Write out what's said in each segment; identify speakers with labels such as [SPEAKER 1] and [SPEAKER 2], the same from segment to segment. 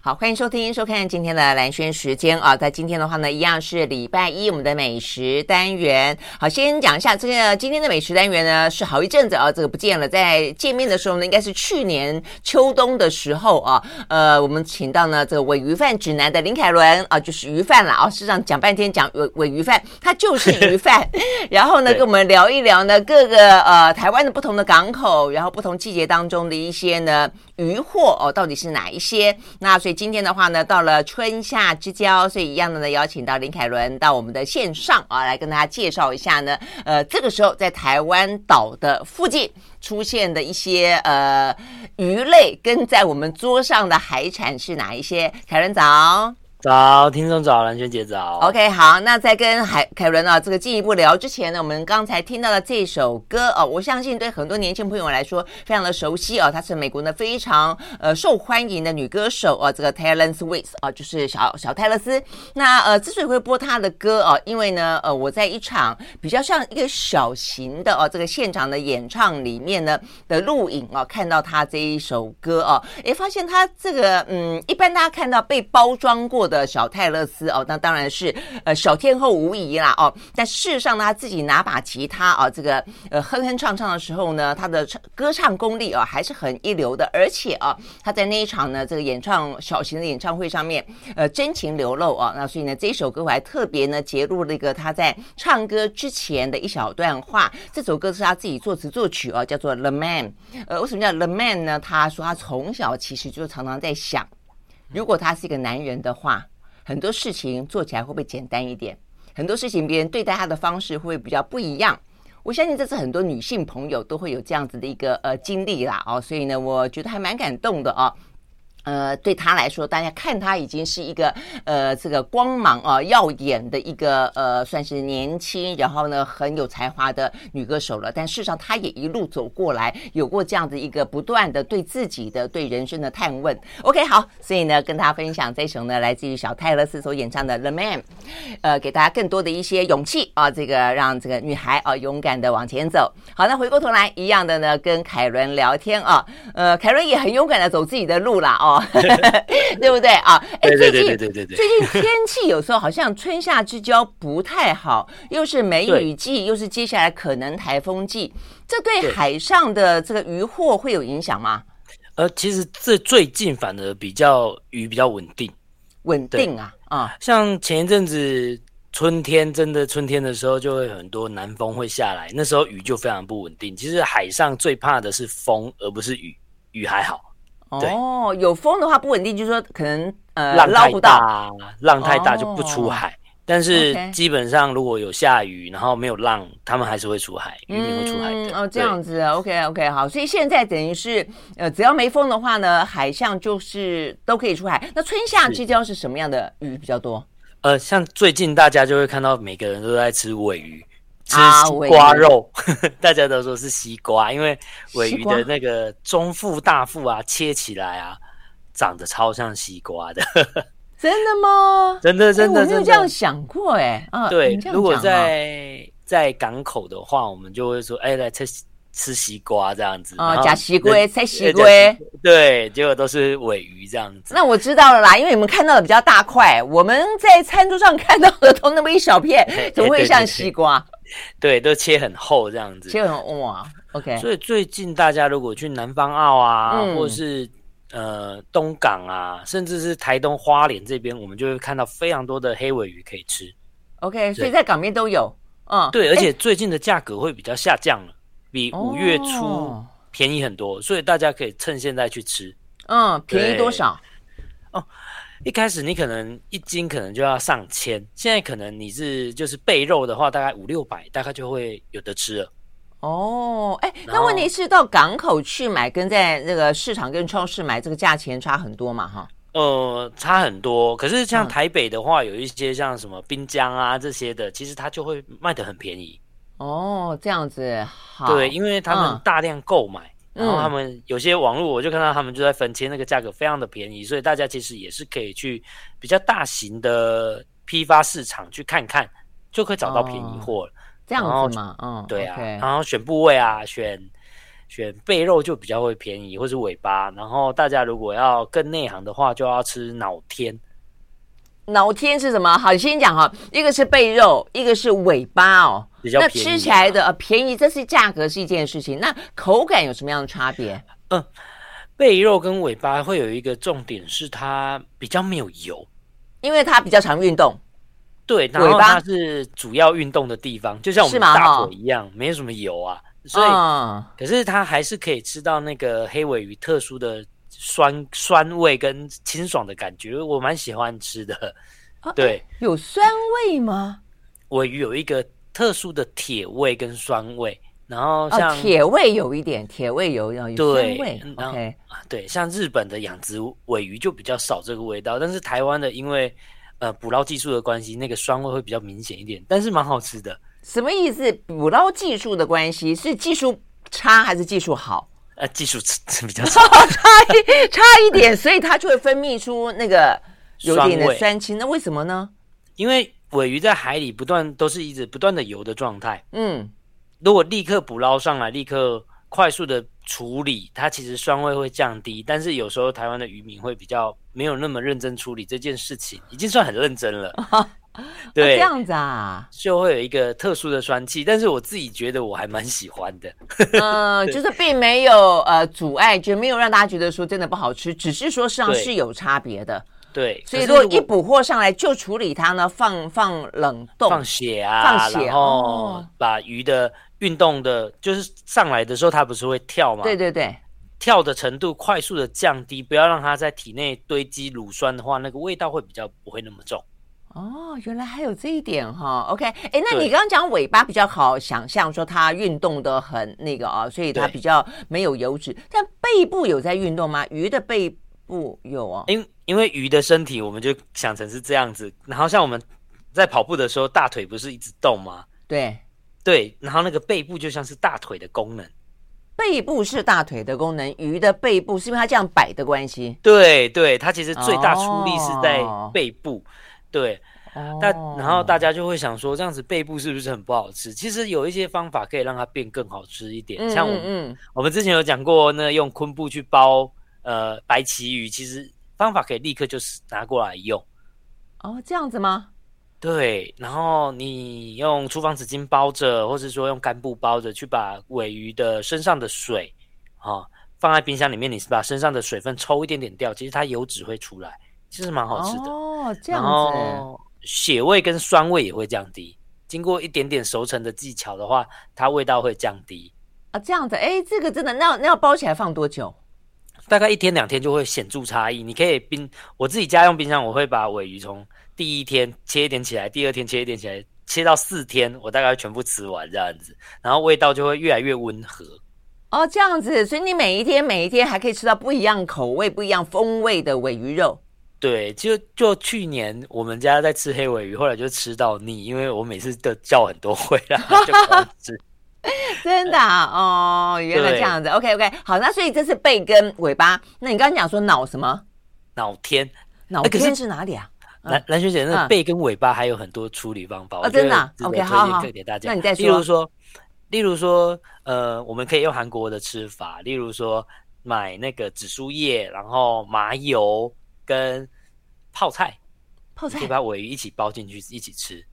[SPEAKER 1] 好，欢迎收听、收看今天的蓝轩时间啊，在今天的话呢，一样是礼拜一我们的美食单元。好，先讲一下这个今天的美食单元呢，是好一阵子啊，这个不见了。在见面的时候呢，应该是去年秋冬的时候啊，呃，我们请到呢这个尾鱼饭指南的林凯伦啊，就是鱼饭啦啊，事实上讲半天讲尾尾鱼饭，它就是鱼饭。 然后呢，
[SPEAKER 2] 对
[SPEAKER 1] 跟我们聊一聊呢各个呃台湾的不同的港口，然后不同季节当中的一些呢渔获哦，到底是哪一些？那所以今天的话呢，到了春夏之交，所以一样的呢，邀请到林凯伦到我们的线上啊，来跟大家介绍一下呢，呃，这个时候在台湾岛的附近。出现的一些呃鱼类跟在我们桌上的海产是哪一些？凯伦早。
[SPEAKER 2] 早，听众早，蓝轩姐早。
[SPEAKER 1] OK，好，那在跟海凯伦啊这个进一步聊之前呢，我们刚才听到的这首歌哦，我相信对很多年轻朋友来说非常的熟悉哦，她是美国呢非常呃受欢迎的女歌手哦，这个 Taylor Swift 哦，就是小小泰勒斯。那呃，之所以会播她的歌哦，因为呢呃我在一场比较像一个小型的哦这个现场的演唱里面呢的录影哦，看到她这一首歌哦，诶，发现她这个嗯，一般大家看到被包装过的小泰勒斯哦，那当然是呃小天后无疑啦哦。但事实上呢，他自己拿把吉他啊、这个呃哼哼唱唱的时候呢，他的唱歌唱功力啊、还是很一流的，而且啊，他在那一场呢这个演唱小型的演唱会上面，呃真情流露啊，那所以呢这一首歌我还特别呢截录了一个他在唱歌之前的一小段话，这首歌是他自己作词作曲啊，叫做《The Man》。呃，为什么叫 The Man 呢？他说他从小其实就常常在想，如果他是一个男人的话，很多事情做起来会不会简单一点？很多事情别人对待他的方式会不会比较不一样？我相信这是很多女性朋友都会有这样子的一个呃经历啦哦，所以呢，我觉得还蛮感动的哦。呃，对他来说，大家看他已经是一个呃，这个光芒啊、耀眼的一个呃，算是年轻，然后呢很有才华的女歌手了。但事实上，她也一路走过来，有过这样的一个不断的对自己的、对人生的探问。OK，好，所以呢，跟大家分享这首呢，来自于小泰勒斯所演唱的《The Man》，呃，给大家更多的一些勇气啊，这个让这个女孩啊勇敢的往前走。好，那回过头来，一样的呢，跟凯伦聊天啊，呃，凯伦也很勇敢的走自己的路啦， 哦， 对不对啊？哎，
[SPEAKER 2] 对
[SPEAKER 1] 最
[SPEAKER 2] 对
[SPEAKER 1] 近
[SPEAKER 2] 对对对对对，
[SPEAKER 1] 最近天气有时候好像春夏之交不太好，又是梅雨季，又是接下来可能台风季，这对
[SPEAKER 2] 对
[SPEAKER 1] 海上的这个渔获会有影响吗？
[SPEAKER 2] 呃，其实这最近反而比较鱼比较稳定，
[SPEAKER 1] 稳定啊，啊，
[SPEAKER 2] 像前一阵子春天，真的春天的时候就会很多南风会下来，那时候鱼就非常不稳定。其实海上最怕的是风，而不是雨，雨还好，对
[SPEAKER 1] 哦，有风的话不稳定，就是说可能呃
[SPEAKER 2] 浪
[SPEAKER 1] 捞
[SPEAKER 2] 太
[SPEAKER 1] 不到，
[SPEAKER 2] 大，浪太大就不出
[SPEAKER 1] 哦
[SPEAKER 2] 海。但是
[SPEAKER 1] OK
[SPEAKER 2] 基本上如果有下雨，然后没有浪，他们还是会出海，渔民会出海的。
[SPEAKER 1] 哦，这
[SPEAKER 2] 对
[SPEAKER 1] 样子，OK OK，好，所以现在等于是呃，只要没风的话呢，海象就是都可以出海。那春夏之交是什么样的鱼比较多？
[SPEAKER 2] 呃，像最近大家就会看到每个人都在吃尾鱼，吃
[SPEAKER 1] 啊
[SPEAKER 2] 西
[SPEAKER 1] 尾
[SPEAKER 2] 瓜
[SPEAKER 1] 鱼
[SPEAKER 2] 肉， 大家都说是西瓜，因为尾
[SPEAKER 1] 西
[SPEAKER 2] 鱼
[SPEAKER 1] 瓜
[SPEAKER 2] 的那个中腹、大腹啊，切起来啊，长得超像西瓜的，
[SPEAKER 1] 真的吗？
[SPEAKER 2] 真的真
[SPEAKER 1] 哎
[SPEAKER 2] 的
[SPEAKER 1] 我没有
[SPEAKER 2] 真
[SPEAKER 1] 这样
[SPEAKER 2] 的。
[SPEAKER 1] 想过哎、啊，
[SPEAKER 2] 对
[SPEAKER 1] 你这，样
[SPEAKER 2] 如果
[SPEAKER 1] 讲啊
[SPEAKER 2] 在在港口的话，我们就会说，哎，来吃吃西瓜这样子
[SPEAKER 1] 啊，
[SPEAKER 2] 然后
[SPEAKER 1] 假西
[SPEAKER 2] 人
[SPEAKER 1] 龟、菜西
[SPEAKER 2] 呃假
[SPEAKER 1] 龟。
[SPEAKER 2] 对，结果都是尾鱼这样子。
[SPEAKER 1] 那我知道了啦，因为你们看到的比较大块，我们在餐桌上看到的都那么一小片
[SPEAKER 2] 哎，
[SPEAKER 1] 怎么会
[SPEAKER 2] 对
[SPEAKER 1] 像
[SPEAKER 2] 对对
[SPEAKER 1] 西瓜？
[SPEAKER 2] 对，都切很厚这样子。
[SPEAKER 1] 结果哇，OK，
[SPEAKER 2] 所以最近大家如果去南方澳啊，
[SPEAKER 1] 哎嗯
[SPEAKER 2] 或是呃东港啊，甚至是台东花莲这边，我们就会看到非常多的黑尾鱼可以吃。
[SPEAKER 1] OK，所以在港面都有，嗯，
[SPEAKER 2] 对，而
[SPEAKER 1] 哎
[SPEAKER 2] 且最近的价格会比较下降了，比五月初
[SPEAKER 1] 哦
[SPEAKER 2] 便宜很多，所以大家可以趁现在去吃。
[SPEAKER 1] 嗯，便宜
[SPEAKER 2] 对
[SPEAKER 1] 多少？
[SPEAKER 2] 一开始你可能一斤可能就要上千，现在可能你是就是备肉的话，大概五六百，大概就会有的吃了。
[SPEAKER 1] 哦，哎，
[SPEAKER 2] 然
[SPEAKER 1] 那
[SPEAKER 2] 后
[SPEAKER 1] 问题是到港口去买，跟在那个市场跟超市买，这个价钱差很多嘛，哈。
[SPEAKER 2] 呃，差很多。可是像
[SPEAKER 1] 嗯
[SPEAKER 2] 台北的话，有一些像什么滨江啊这些的，其实它就会卖得很便宜。
[SPEAKER 1] 哦，这样子好。
[SPEAKER 2] 对，因为他们
[SPEAKER 1] 嗯
[SPEAKER 2] 大量购买，
[SPEAKER 1] 嗯
[SPEAKER 2] 然后他们有些网络我就看到他们就在分切，那个价格非常的便宜，所以大家其实也是可以去比较大型的批发市场去看看，就可以找到便宜货了。
[SPEAKER 1] 这样
[SPEAKER 2] 然后
[SPEAKER 1] 子嘛，嗯，
[SPEAKER 2] 哦对啊
[SPEAKER 1] 哦 OK
[SPEAKER 2] 然后选部位啊，选选背肉就比较会便宜，或是尾巴。然后大家如果要更内行的话，就要吃脑天。
[SPEAKER 1] 脑天是什么？好，先讲哈，一个是背肉，一个是尾巴哦。
[SPEAKER 2] 比较
[SPEAKER 1] 那
[SPEAKER 2] 便宜啊
[SPEAKER 1] 吃起来的、呃、便宜，这是价格是一件事情，那口感有什么样的差别？
[SPEAKER 2] 背肉跟尾巴会有一个重点是它比较没有油，
[SPEAKER 1] 因为它比较常运动，
[SPEAKER 2] 对，然后
[SPEAKER 1] 尾巴
[SPEAKER 2] 它是主要运动的地方，就像我
[SPEAKER 1] 是
[SPEAKER 2] 们
[SPEAKER 1] 吗
[SPEAKER 2] 大
[SPEAKER 1] 哈
[SPEAKER 2] 腿一样，没什么油啊，所以
[SPEAKER 1] 嗯
[SPEAKER 2] 可是它还是可以吃到那个黑尾鱼特殊的酸酸味跟清爽的感觉，我蛮喜欢吃的。
[SPEAKER 1] 哦
[SPEAKER 2] 对，
[SPEAKER 1] 有酸味吗？
[SPEAKER 2] 尾鱼有一个特殊的铁味跟酸味，然后
[SPEAKER 1] 哦
[SPEAKER 2] 像，、
[SPEAKER 1] 铁味有一点，铁味有有有酸
[SPEAKER 2] 对
[SPEAKER 1] 味。
[SPEAKER 2] 嗯然后
[SPEAKER 1] OK，
[SPEAKER 2] 对像日本的养殖尾鱼就比较少这个味道，但是台湾的因为呃捕捞技术的关系，那个酸味会比较明显一点，但是蛮好吃的。
[SPEAKER 1] 什么意思？捕捞技术的关系是技术差还是技术好？
[SPEAKER 2] 呃，技术 比较少，
[SPEAKER 1] 差一差一点，所以它就会分泌出那个有一点
[SPEAKER 2] 酸
[SPEAKER 1] 的
[SPEAKER 2] 味
[SPEAKER 1] 酸气。那为什么呢？
[SPEAKER 2] 因为尾鱼在海里不断都是一直不断的游的状态，
[SPEAKER 1] 嗯，
[SPEAKER 2] 如果立刻捕捞上来，立刻快速的处理，它其实酸味会降低。但是有时候台湾的渔民会比较没有那么认真处理这件事情，已经算很认真 了。
[SPEAKER 1] 啊这
[SPEAKER 2] 对，，
[SPEAKER 1] 样子啊
[SPEAKER 2] 就会有一个特殊的酸气，但是我自己觉得我还蛮喜欢的。
[SPEAKER 1] 嗯，就是并没有呃阻碍，就没有让大家觉得说真的不好吃，只是说实际上
[SPEAKER 2] 对
[SPEAKER 1] 是有差别的。
[SPEAKER 2] 对，
[SPEAKER 1] 所以
[SPEAKER 2] 可
[SPEAKER 1] 如
[SPEAKER 2] 是
[SPEAKER 1] 果一捕获上来就处理它呢，放放冷冻，
[SPEAKER 2] 放血啊，
[SPEAKER 1] 放血
[SPEAKER 2] 然后
[SPEAKER 1] 哦
[SPEAKER 2] 把鱼的运动的，就是上来的时候它不是会跳吗？
[SPEAKER 1] 对对对，
[SPEAKER 2] 跳的程度快速的降低，不要让它在体内堆积乳酸的话，那个味道会比较不会那么重。
[SPEAKER 1] 哦，原来还有这一点哈。OK，哎，那
[SPEAKER 2] 对
[SPEAKER 1] 你刚刚讲尾巴比较好想象，说它运动的很那个啊、所以它
[SPEAKER 2] 对
[SPEAKER 1] 比较没有油脂。但背部有在运动吗？鱼的背部有哦。
[SPEAKER 2] 因因为鱼的身体，我们就想成是这样子。然后像我们在跑步的时候，大腿不是一直动吗？
[SPEAKER 1] 对，
[SPEAKER 2] 对，然后那个背部就像是大腿的功能。
[SPEAKER 1] 背部是大腿的功能，鱼的背部是因为它这样摆的关系。
[SPEAKER 2] 对对，它其实最大出力是在
[SPEAKER 1] 哦
[SPEAKER 2] 背部。对，
[SPEAKER 1] 哦
[SPEAKER 2] 但然后大家就会想说，这样子背部是不是很不好吃？其实有一些方法可以让它变更好吃一点，
[SPEAKER 1] 嗯
[SPEAKER 2] 像
[SPEAKER 1] 嗯
[SPEAKER 2] 我们
[SPEAKER 1] 嗯，
[SPEAKER 2] 我们之前有讲过，那用昆布去包呃白鳍鱼，其实方法可以立刻就是拿过来用。
[SPEAKER 1] 哦，这样子吗？
[SPEAKER 2] 对，然后你用厨房纸巾包着，或是说用干布包着，去把尾鱼的身上的水，啊、放在冰箱里面，你是把身上的水分抽一点点掉，其实它油脂会出来，其实蛮好吃的。
[SPEAKER 1] 哦，这
[SPEAKER 2] 然
[SPEAKER 1] 样子。
[SPEAKER 2] 后血味跟酸味也会降低，经过一点点熟成的技巧的话，它味道会降低，
[SPEAKER 1] 啊，这样子，哎，这个真的，那那要包起来放多久？
[SPEAKER 2] 大概一天两天就会显著差异。你可以冰，我自己家用冰箱，我会把尾鱼从第一天切一点起来，第二天切一点起来，切到四天，我大概全部吃完这样子，然后味道就会越来越温和。
[SPEAKER 1] 哦，这样子，所以你每一天每一天还可以吃到不一样口味、不一样风味的尾鱼肉。
[SPEAKER 2] 对，就就去年我们家在吃黑尾鱼，后来就吃到腻，因为我每次都叫很多 回来就狂吃。
[SPEAKER 1] 真的啊，哦，原来这
[SPEAKER 2] 对
[SPEAKER 1] 样子。OK OK，好，那所以这是背跟尾巴。那你刚刚讲说脑什么？
[SPEAKER 2] 脑天，
[SPEAKER 1] 脑
[SPEAKER 2] 哎可是
[SPEAKER 1] 天是哪里啊？嗯
[SPEAKER 2] 蓝蓝学姐，
[SPEAKER 1] 嗯
[SPEAKER 2] 那个背跟尾巴还有很多处理方法，
[SPEAKER 1] 哦
[SPEAKER 2] 我觉
[SPEAKER 1] 真的
[SPEAKER 2] 得
[SPEAKER 1] 啊
[SPEAKER 2] 值得
[SPEAKER 1] OK，
[SPEAKER 2] 推
[SPEAKER 1] 好好
[SPEAKER 2] 荐给大家。
[SPEAKER 1] 那你再说
[SPEAKER 2] 例如说，例如说，呃，我们可以用韩国的吃法，例如说买那个紫苏叶，然后麻油跟泡菜，
[SPEAKER 1] 泡
[SPEAKER 2] 你可以
[SPEAKER 1] 菜、
[SPEAKER 2] 把尾鱼一起包进去一起吃。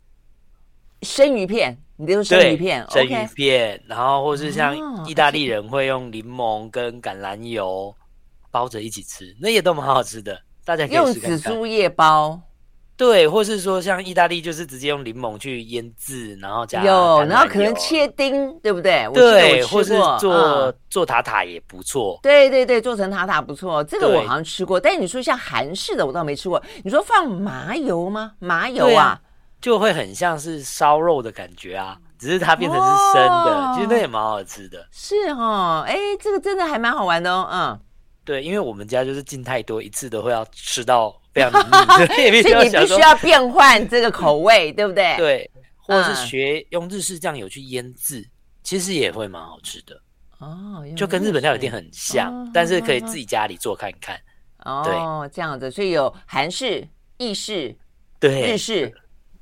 [SPEAKER 1] 生鱼片，你就说生
[SPEAKER 2] 对，
[SPEAKER 1] 鱼片。
[SPEAKER 2] 生鱼
[SPEAKER 1] OK，
[SPEAKER 2] 片，然后或是
[SPEAKER 1] 哦
[SPEAKER 2] 像意大利人会用柠檬跟橄榄油包着一起吃，那也都蛮好吃的，大家可
[SPEAKER 1] 用
[SPEAKER 2] 以试看
[SPEAKER 1] 紫
[SPEAKER 2] 看。
[SPEAKER 1] 苏叶包
[SPEAKER 2] 对，或是说像意大利就是直接用柠檬去腌制，然后加橄
[SPEAKER 1] 有，
[SPEAKER 2] 榄
[SPEAKER 1] 然后可能
[SPEAKER 2] 油
[SPEAKER 1] 切丁，对不对？我记得
[SPEAKER 2] 对，
[SPEAKER 1] 我
[SPEAKER 2] 或
[SPEAKER 1] 吃
[SPEAKER 2] 是
[SPEAKER 1] 过
[SPEAKER 2] 做、
[SPEAKER 1] 嗯
[SPEAKER 2] 做塔塔也不错。
[SPEAKER 1] 对对对，做成塔塔不错，这个
[SPEAKER 2] 对
[SPEAKER 1] 我好像吃过。但你说像韩式的，我倒没吃过。你说放麻油吗？麻油
[SPEAKER 2] 对
[SPEAKER 1] 啊
[SPEAKER 2] 啊，就会很像是烧肉的感觉啊，只是它变成是生的，
[SPEAKER 1] 哦
[SPEAKER 2] 其实那也蛮好吃的。
[SPEAKER 1] 是哦，哎，这个真的还蛮好玩的哦， 嗯。
[SPEAKER 2] 对，因为我们家就是进太多，一次都会要吃到非常腻，所以 必
[SPEAKER 1] 所
[SPEAKER 2] 须
[SPEAKER 1] 以
[SPEAKER 2] 要
[SPEAKER 1] 你
[SPEAKER 2] 想
[SPEAKER 1] 必
[SPEAKER 2] 说
[SPEAKER 1] 须要变换这个口 味，对不对？。
[SPEAKER 2] 对，或者
[SPEAKER 1] 嗯
[SPEAKER 2] 是学用日式酱油去腌制，其实也会蛮好吃的，
[SPEAKER 1] 哦，原来
[SPEAKER 2] 就跟日本料理店
[SPEAKER 1] 是
[SPEAKER 2] 很像，
[SPEAKER 1] 哦
[SPEAKER 2] 但是可以自己家里做看看。
[SPEAKER 1] 哦这样子，所以有韩式、意式、
[SPEAKER 2] 对，
[SPEAKER 1] 日式，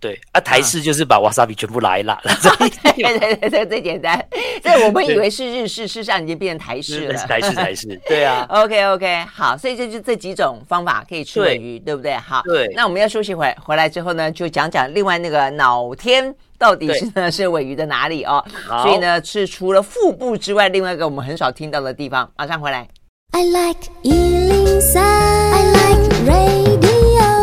[SPEAKER 2] 对啊，台
[SPEAKER 1] 嗯
[SPEAKER 2] 式就是把 wasabi 全部来一拉， 然后
[SPEAKER 1] 对对对对，最简单。这我们以为是日式，事实上已经变成台式了。
[SPEAKER 2] 台式台式，对啊，
[SPEAKER 1] OK OK，好，所以这就这几种方法可以吃尾
[SPEAKER 2] 对
[SPEAKER 1] 鱼，对不对？好，
[SPEAKER 2] 对
[SPEAKER 1] 那我们要休息回回来之后呢，就讲讲另外那个脑天到底是呢是尾鱼的哪里哦。
[SPEAKER 2] 好
[SPEAKER 1] 所以呢，是除了腹部之外，另外一个我们很少听到的地方。马上回来。
[SPEAKER 3] I like Ealing Sound. I like radio.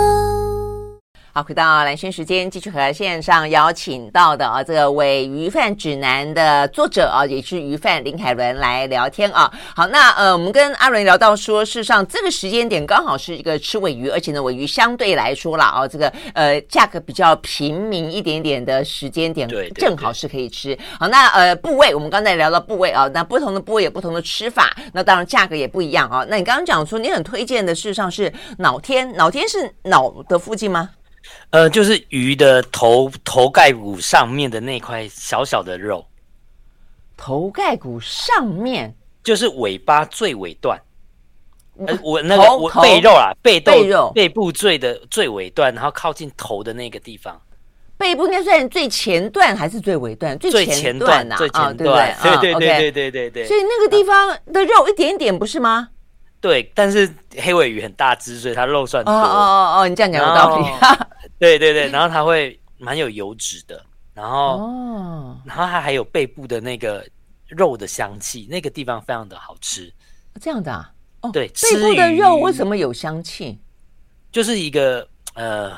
[SPEAKER 1] 好，回到蓝轩时间，继续和线上邀请到的啊，这个《伪鱼贩指南》的作者啊，也是鱼贩林凯伦来聊天啊。好，那呃，我们跟阿伦聊到说，事实上这个时间点刚好是一个吃尾鱼，而且呢，尾鱼相对来说啦，哦、这个呃价格比较平民一点点的时间点，
[SPEAKER 2] 对对对
[SPEAKER 1] 正好是可以吃。好，那呃部位，我们刚才聊到部位啊，那不同的部位有不同的吃法，那当然价格也不一样啊。那你刚刚讲说你很推荐的，事实上是脑天，脑天是脑的附近吗？
[SPEAKER 2] 呃，就是鱼的头头盖骨上面的那块小小的肉，
[SPEAKER 1] 头盖骨上面
[SPEAKER 2] 就是尾巴最尾段，呃，我那
[SPEAKER 1] 嗯头
[SPEAKER 2] 个我
[SPEAKER 1] 头
[SPEAKER 2] 背肉啦，背
[SPEAKER 1] 背肉
[SPEAKER 2] 肉背部最的最尾段，然后靠近头的那个地方，
[SPEAKER 1] 背部应该算最前段还是最尾段？最
[SPEAKER 2] 最
[SPEAKER 1] 前
[SPEAKER 2] 前
[SPEAKER 1] 段
[SPEAKER 2] 段
[SPEAKER 1] 呐、
[SPEAKER 2] 最
[SPEAKER 1] 啊，
[SPEAKER 2] 前
[SPEAKER 1] 对不对
[SPEAKER 2] 段？，对对
[SPEAKER 1] 啊
[SPEAKER 2] 对
[SPEAKER 1] OK
[SPEAKER 2] 对对对
[SPEAKER 1] 所
[SPEAKER 2] 对
[SPEAKER 1] 以那个地方的肉一点点不是吗？
[SPEAKER 2] 对，但是黑尾鱼很大只，所以它肉算
[SPEAKER 1] 哦哦
[SPEAKER 2] 多，
[SPEAKER 1] 哦哦，你这样讲有道理哈。
[SPEAKER 2] 对对对，然后它会蛮有油脂的，然 后
[SPEAKER 1] 哦，
[SPEAKER 2] 然后它还有背部的那个肉的香气，那个地方非常的好吃，
[SPEAKER 1] 这样的啊。哦，
[SPEAKER 2] 对
[SPEAKER 1] 背部的肉为
[SPEAKER 2] 么？
[SPEAKER 1] 什么有香气？
[SPEAKER 2] 就是一个呃，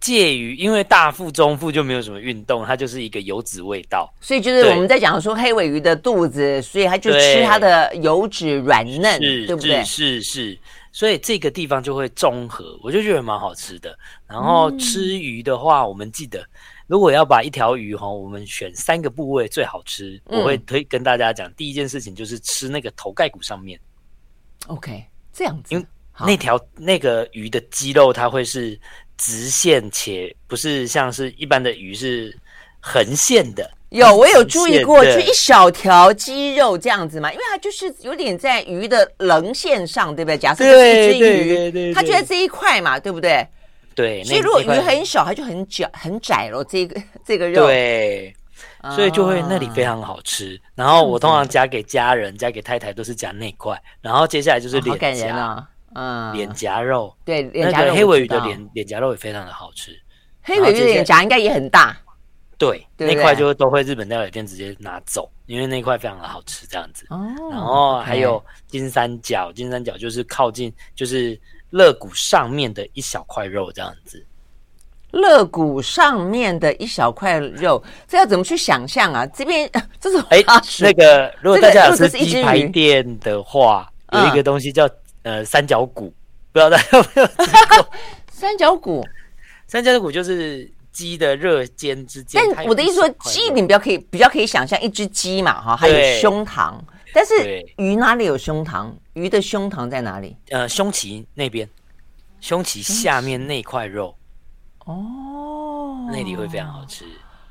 [SPEAKER 2] 介于因为大腹中腹就没有什么运动，它就是一个油脂味道。
[SPEAKER 1] 所以就是
[SPEAKER 2] 对
[SPEAKER 1] 我们在讲说黑尾鱼的肚子，所以它就吃
[SPEAKER 2] 对
[SPEAKER 1] 它的油脂软嫩，
[SPEAKER 2] 是，
[SPEAKER 1] 嗯对不对？
[SPEAKER 2] 是是是，所以这个地方就会综合，我就觉得蛮好吃的。然后
[SPEAKER 1] 嗯
[SPEAKER 2] 吃鱼的话，我们记得。如果要把一条鱼哈，我们选三个部位最好吃，
[SPEAKER 1] 嗯
[SPEAKER 2] 我会推跟大家讲。第一件事情就是吃那个头盖骨上面
[SPEAKER 1] OK，这样
[SPEAKER 2] 因
[SPEAKER 1] 子
[SPEAKER 2] 为。
[SPEAKER 1] 好
[SPEAKER 2] 那条那个鱼的肌肉，它会是直线且不是像是一般的鱼是横线的，
[SPEAKER 1] 有，我有注意过，
[SPEAKER 2] 线
[SPEAKER 1] 就
[SPEAKER 2] 对
[SPEAKER 1] 一小条肌肉这样子嘛，因为它就是有点在鱼的棱线上，对不对？假设这是一只
[SPEAKER 2] 对对
[SPEAKER 1] 鱼，
[SPEAKER 2] 对对，
[SPEAKER 1] 它就在
[SPEAKER 2] 对
[SPEAKER 1] 这一块嘛，对不对？
[SPEAKER 2] 对，
[SPEAKER 1] 所以
[SPEAKER 2] 那
[SPEAKER 1] 如果
[SPEAKER 2] 那
[SPEAKER 1] 鱼
[SPEAKER 2] 块
[SPEAKER 1] 很小，它就很窄很窄咯，这个 这个肉，
[SPEAKER 2] 对，
[SPEAKER 1] 啊
[SPEAKER 2] 所以就会那里非常好吃。然后我通常夹给家人、夹给太太都是夹那块，然后接下来就是
[SPEAKER 1] 哦好
[SPEAKER 2] 脸
[SPEAKER 1] 感人
[SPEAKER 2] 颊、
[SPEAKER 1] 啊，嗯，
[SPEAKER 2] 脸颊肉，
[SPEAKER 1] 对脸
[SPEAKER 2] 那
[SPEAKER 1] 颊肉
[SPEAKER 2] 个
[SPEAKER 1] 我
[SPEAKER 2] 黑尾
[SPEAKER 1] 知
[SPEAKER 2] 鱼的
[SPEAKER 1] 道
[SPEAKER 2] 脸脸颊肉也非常的好吃。
[SPEAKER 1] 黑尾鱼
[SPEAKER 2] 然后
[SPEAKER 1] 的
[SPEAKER 2] 这些
[SPEAKER 1] 脸颊应该也很大，
[SPEAKER 2] 对，
[SPEAKER 1] 对不对
[SPEAKER 2] 那块就都会日本料理店直接拿走，因为那块非常的好吃，这样子。
[SPEAKER 1] 哦，
[SPEAKER 2] 然后
[SPEAKER 1] OK
[SPEAKER 2] 还有金三角，金三角就是靠近就是肋骨上面的一小块肉这样子。
[SPEAKER 1] 肋骨上面的一小块肉，这要怎么去想象啊？这边 这啊是
[SPEAKER 2] 哎、
[SPEAKER 1] 滑鼠
[SPEAKER 2] 那个如果大家有
[SPEAKER 1] 这个如果是
[SPEAKER 2] 吃
[SPEAKER 1] 一只
[SPEAKER 2] 鸡
[SPEAKER 1] 鱼
[SPEAKER 2] 排店的话，
[SPEAKER 1] 嗯
[SPEAKER 2] 有一个东西叫呃三角骨，不知道大家有没有？
[SPEAKER 1] 三角骨，
[SPEAKER 2] 三角骨就是鸡的热尖之间。它
[SPEAKER 1] 但
[SPEAKER 2] 有
[SPEAKER 1] 我的意思说
[SPEAKER 2] 一，小块
[SPEAKER 1] 鸡
[SPEAKER 2] 肉
[SPEAKER 1] 你比较可以比较可以想象一只鸡嘛，哈，还有
[SPEAKER 2] 对
[SPEAKER 1] 胸膛，但是
[SPEAKER 2] 对
[SPEAKER 1] 鱼哪里有胸膛？鱼的胸膛在哪里？
[SPEAKER 2] 呃胸鳍那边，胸鳍下面那块肉，
[SPEAKER 1] 哦，
[SPEAKER 2] 那里会非常好吃。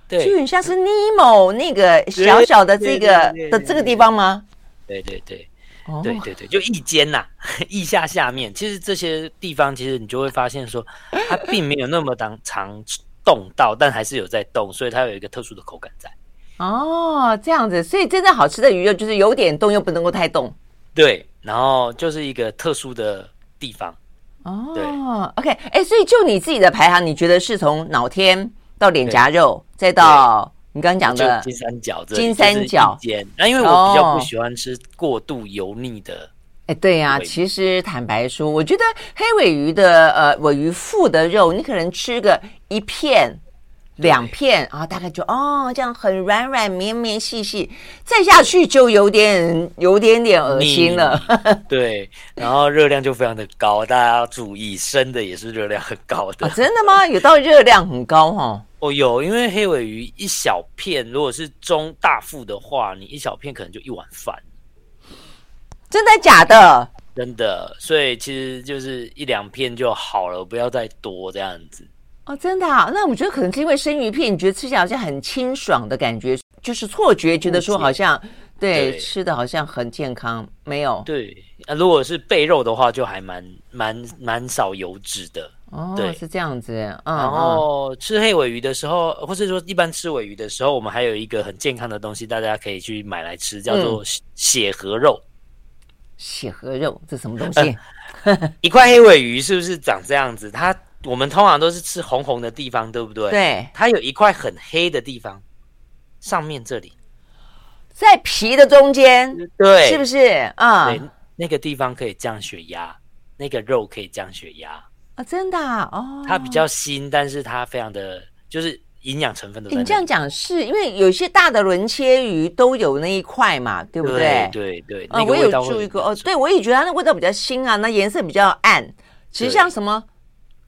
[SPEAKER 1] 就有
[SPEAKER 2] 对
[SPEAKER 1] 点像是尼莫那个小小的这个
[SPEAKER 2] 对对对对
[SPEAKER 1] 的这个地方吗？
[SPEAKER 2] 对对对
[SPEAKER 1] 哦，
[SPEAKER 2] 对对对，就翼尖呐、 翼下下面，其实这些地方其实你就会发现说，它并没有那么当常动到，但还是有在动，所以它有一个特殊的口感在。
[SPEAKER 1] 哦，这样子，所以真正好吃的鱼肉就是有点动又不能够太动。
[SPEAKER 2] 对，然后就是一个特殊的地方。对
[SPEAKER 1] 哦，OK，哎、所以就你自己的排行，你觉得是从脑天到脸颊肉，再到你刚刚讲
[SPEAKER 2] 就
[SPEAKER 1] 的
[SPEAKER 2] 金三角这里，
[SPEAKER 1] 金三角
[SPEAKER 2] 就是一间。那因为我比较
[SPEAKER 1] 哦
[SPEAKER 2] 不喜欢吃过度油腻的，
[SPEAKER 1] 哎，对呀、
[SPEAKER 2] 尾鱼
[SPEAKER 1] 其实坦白说，我觉得黑尾鱼的呃尾鱼腹的肉，你可能吃个一片、两片，然后大概就哦这样很软软绵绵细细，再下去就有点有点点恶心了。
[SPEAKER 2] 对，然后热量就非常的高，大家要注意，生的也是热量很高 的
[SPEAKER 1] 啊，。真的吗？有到热量很高哦。
[SPEAKER 2] 哦，有，因为黑尾鱼一小片，如果是中大腹的话，你一小片可能就一碗饭，
[SPEAKER 1] 真的假的？
[SPEAKER 2] 真的。所以其实就是一两片就好了，不要再多这样子。
[SPEAKER 1] 哦，真的、啊？那我觉得可能是因为生鱼片，你觉得吃起来好像很清爽的感觉，就是错觉，觉得说好像对
[SPEAKER 2] 对
[SPEAKER 1] 吃的好像很健康，没有。
[SPEAKER 2] 对，啊、如果是背肉的话，就还蛮蛮蛮少油脂的，
[SPEAKER 1] 哦
[SPEAKER 2] 对，
[SPEAKER 1] 是这样子，嗯，
[SPEAKER 2] 然
[SPEAKER 1] 嗯
[SPEAKER 2] 后吃黑尾鱼的时候，或是说一般吃尾鱼的时候，我们还有一个很健康的东西，大家可以去买来吃，叫做
[SPEAKER 1] 嗯
[SPEAKER 2] 血血河肉。
[SPEAKER 1] 血和肉这什么东
[SPEAKER 2] 嗯
[SPEAKER 1] 西？
[SPEAKER 2] 一块黑尾鱼是不是长这样子？它我们通常都是吃红红的地方，对不对？。
[SPEAKER 1] 对，
[SPEAKER 2] 它有一块很黑的地方，上面这里，
[SPEAKER 1] 在皮的中间，
[SPEAKER 2] 对，
[SPEAKER 1] 是不
[SPEAKER 2] 是？
[SPEAKER 1] 是？啊
[SPEAKER 2] 对，那个地方可以降血压，那个肉可以降血压。
[SPEAKER 1] 啊，真的啊哦，
[SPEAKER 2] 它比较新，但是它非常的就是营养成分都
[SPEAKER 1] 诶
[SPEAKER 2] 在那
[SPEAKER 1] 你
[SPEAKER 2] 里。
[SPEAKER 1] 这样讲是因为有些大的轮切鱼都有那一块嘛，对不
[SPEAKER 2] 对对对，
[SPEAKER 1] 啊，
[SPEAKER 2] 那个
[SPEAKER 1] 我
[SPEAKER 2] 味
[SPEAKER 1] 有
[SPEAKER 2] 道
[SPEAKER 1] 注
[SPEAKER 2] 会
[SPEAKER 1] 意
[SPEAKER 2] 很
[SPEAKER 1] 过哦，
[SPEAKER 2] 重
[SPEAKER 1] 对我也觉得它那味道比较腥啊，那颜色比较暗。其实
[SPEAKER 2] 对
[SPEAKER 1] 像什么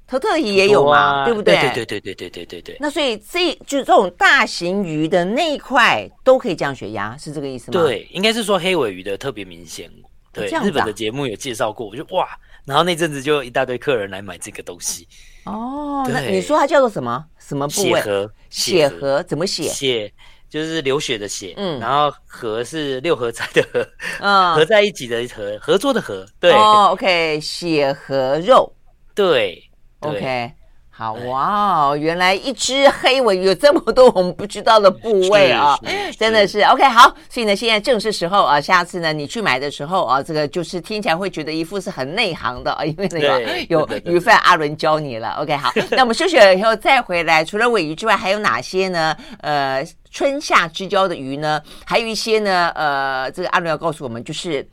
[SPEAKER 1] 头特鱼也
[SPEAKER 2] 很
[SPEAKER 1] 有
[SPEAKER 2] 多
[SPEAKER 1] 嘛，
[SPEAKER 2] 啊
[SPEAKER 1] 对不
[SPEAKER 2] 对？
[SPEAKER 1] 对
[SPEAKER 2] 对对对对对对对
[SPEAKER 1] 那所以这就这种大型鱼的那一块都可以降血压，是这个意思吗？，
[SPEAKER 2] 对，应该是说黑尾鱼的特别明显。对，
[SPEAKER 1] 这样子啊
[SPEAKER 2] 日本的节目有介绍过，我就哇，然后那阵子就一大堆客人来买这个东西，
[SPEAKER 1] 哦，那
[SPEAKER 2] 对
[SPEAKER 1] 你说它叫做什么什么部
[SPEAKER 2] 血
[SPEAKER 1] 位？
[SPEAKER 2] 河
[SPEAKER 1] 血河怎么写？
[SPEAKER 2] 血就是流血的血，
[SPEAKER 1] 嗯
[SPEAKER 2] 然后合是六合彩的合， 合
[SPEAKER 1] 嗯，
[SPEAKER 2] 在一起的合，合作的合，对
[SPEAKER 1] 哦，OK，血河肉
[SPEAKER 2] 对对，
[SPEAKER 1] ，OK，好
[SPEAKER 2] 对
[SPEAKER 1] 哇哦，原来一只黑尾鱼有这么多我们不知道的部位啊，
[SPEAKER 2] 是 是
[SPEAKER 1] 真的是 OK 好，所以呢，现在正是时候啊，下次呢你去买的时候啊，这个就是听起来会觉得一副是很内行的啊，因为那个
[SPEAKER 2] 对
[SPEAKER 1] 有
[SPEAKER 2] 对对对
[SPEAKER 1] 鱼贩阿伦教你了。OK 好，那我们休息了以后再回来，除了尾鱼之外，还有哪些呢？呃，春夏之交的鱼呢？还有一些呢，呃，这个阿伦要告诉我们就是。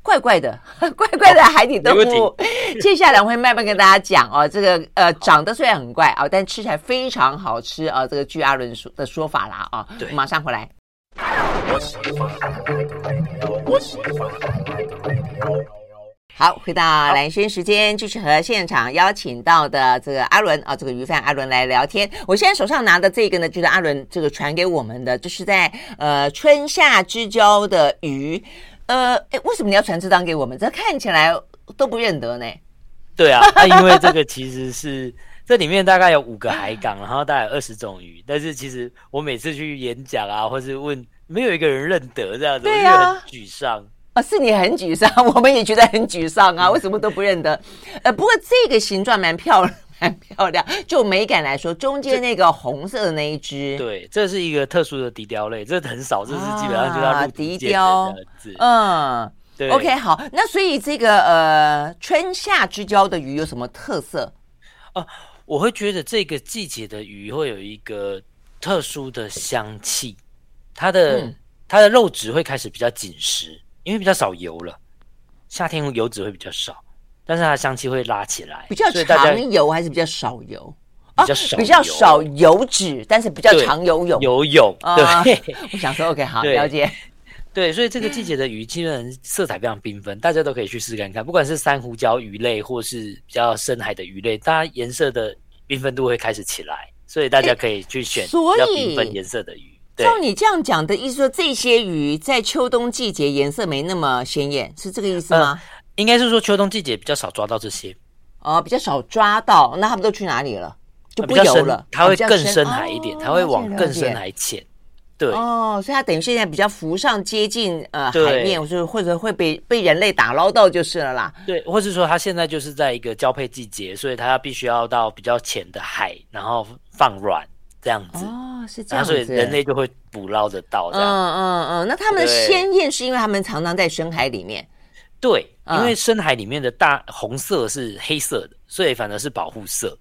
[SPEAKER 1] 怪怪的， 怪怪的海底动
[SPEAKER 2] 没问
[SPEAKER 1] 物。接下来我会慢慢跟大家讲哦，这个呃长得虽然很怪啊、但吃起来非常好吃啊、这个据阿伦说的说法啦啊，
[SPEAKER 2] 对
[SPEAKER 1] 马上回来。好，回到蓝轩时间，继续和现场邀请到的这个阿伦啊，这个鱼贩阿伦来聊天。我现在手上拿的这个呢，就是阿伦这个传给我们的，就是在呃春夏之交的鱼。呃，哎，为什么你要传这张给我们？这看起来都不认得呢。
[SPEAKER 2] 对啊，那因为这个其实是这里面大概有五个海港，然后大概有二十种鱼，但是其实我每次去演讲啊，或是问，没有一个人认得这样子，
[SPEAKER 1] 对
[SPEAKER 2] 我就觉得
[SPEAKER 1] 啊
[SPEAKER 2] 很沮丧。
[SPEAKER 1] 啊，是你很沮丧，我们也觉得很沮丧啊，为什么都不认得？呃，不过这个形状蛮漂亮，蛮漂亮。就美感来说，中间那个红色的那一只，
[SPEAKER 2] 对，这是一个特殊的笛雕类，这很少，这是基本上就
[SPEAKER 1] 啊
[SPEAKER 2] 要入
[SPEAKER 1] 笛
[SPEAKER 2] 底见的
[SPEAKER 1] 雕
[SPEAKER 2] 这样子。
[SPEAKER 1] 嗯
[SPEAKER 2] 对
[SPEAKER 1] ，OK，好。那所以这个呃春夏之交的鱼有什么特色？
[SPEAKER 2] 我会觉得这个季节的鱼会有一个特殊的香气，它的、
[SPEAKER 1] 嗯
[SPEAKER 2] 它的肉质会开始比较紧实，因为比较少油了，夏天油脂会比较少，但是它的香气会拉起来，
[SPEAKER 1] 比较
[SPEAKER 2] 所以大家
[SPEAKER 1] 常油还是比较少油？
[SPEAKER 2] 比较少、
[SPEAKER 1] 比较少油脂，但是比较常游泳。
[SPEAKER 2] 游泳，
[SPEAKER 1] 啊
[SPEAKER 2] 对、
[SPEAKER 1] 我想说，OK，好，
[SPEAKER 2] 对
[SPEAKER 1] 了解。
[SPEAKER 2] 对，所以这个季节的鱼基本上色彩非常缤纷，大家都可以去试看看，不管是珊瑚礁鱼类或是比较深海的鱼类，它颜色的缤纷度会开始起来，所以大家可以去选比
[SPEAKER 1] 所
[SPEAKER 2] 较
[SPEAKER 1] 以
[SPEAKER 2] 缤纷颜色的鱼。对，
[SPEAKER 1] 照你这样讲的意思说，这些鱼在秋冬季节颜色没那么鲜艳，是这个意思
[SPEAKER 2] 呃
[SPEAKER 1] 吗？
[SPEAKER 2] 应该是说秋冬季节比较少抓到这些，
[SPEAKER 1] 哦，比较少抓到，那它们都去哪里了？就
[SPEAKER 2] 呃比
[SPEAKER 1] 不
[SPEAKER 2] 较
[SPEAKER 1] 游
[SPEAKER 2] 深
[SPEAKER 1] 了，，
[SPEAKER 2] 它
[SPEAKER 1] 哦
[SPEAKER 2] 会
[SPEAKER 1] 比较
[SPEAKER 2] 更深海一点，
[SPEAKER 1] 哦
[SPEAKER 2] 它会
[SPEAKER 1] 了解
[SPEAKER 2] 往
[SPEAKER 1] 了
[SPEAKER 2] 更
[SPEAKER 1] 解
[SPEAKER 2] 深海潜。对，
[SPEAKER 1] 哦，所以它等于现在比较浮上接近呃
[SPEAKER 2] 对
[SPEAKER 1] 海面，就是或者会被被人类打捞到就是了啦。
[SPEAKER 2] 对，或是说它现在就是在一个交配季节，所以它必须要到比较浅的海，然后放卵这样子，
[SPEAKER 1] 哦，是这样
[SPEAKER 2] 然后
[SPEAKER 1] 子。
[SPEAKER 2] 所以人类就会捕捞得到这
[SPEAKER 1] 嗯
[SPEAKER 2] 样。
[SPEAKER 1] 嗯嗯，那它们的
[SPEAKER 2] 对
[SPEAKER 1] 鲜艳是因为它们常常在深海里面。
[SPEAKER 2] 对，
[SPEAKER 1] 嗯
[SPEAKER 2] 因为深海里面的大红色是黑色的，所以反而是保护色。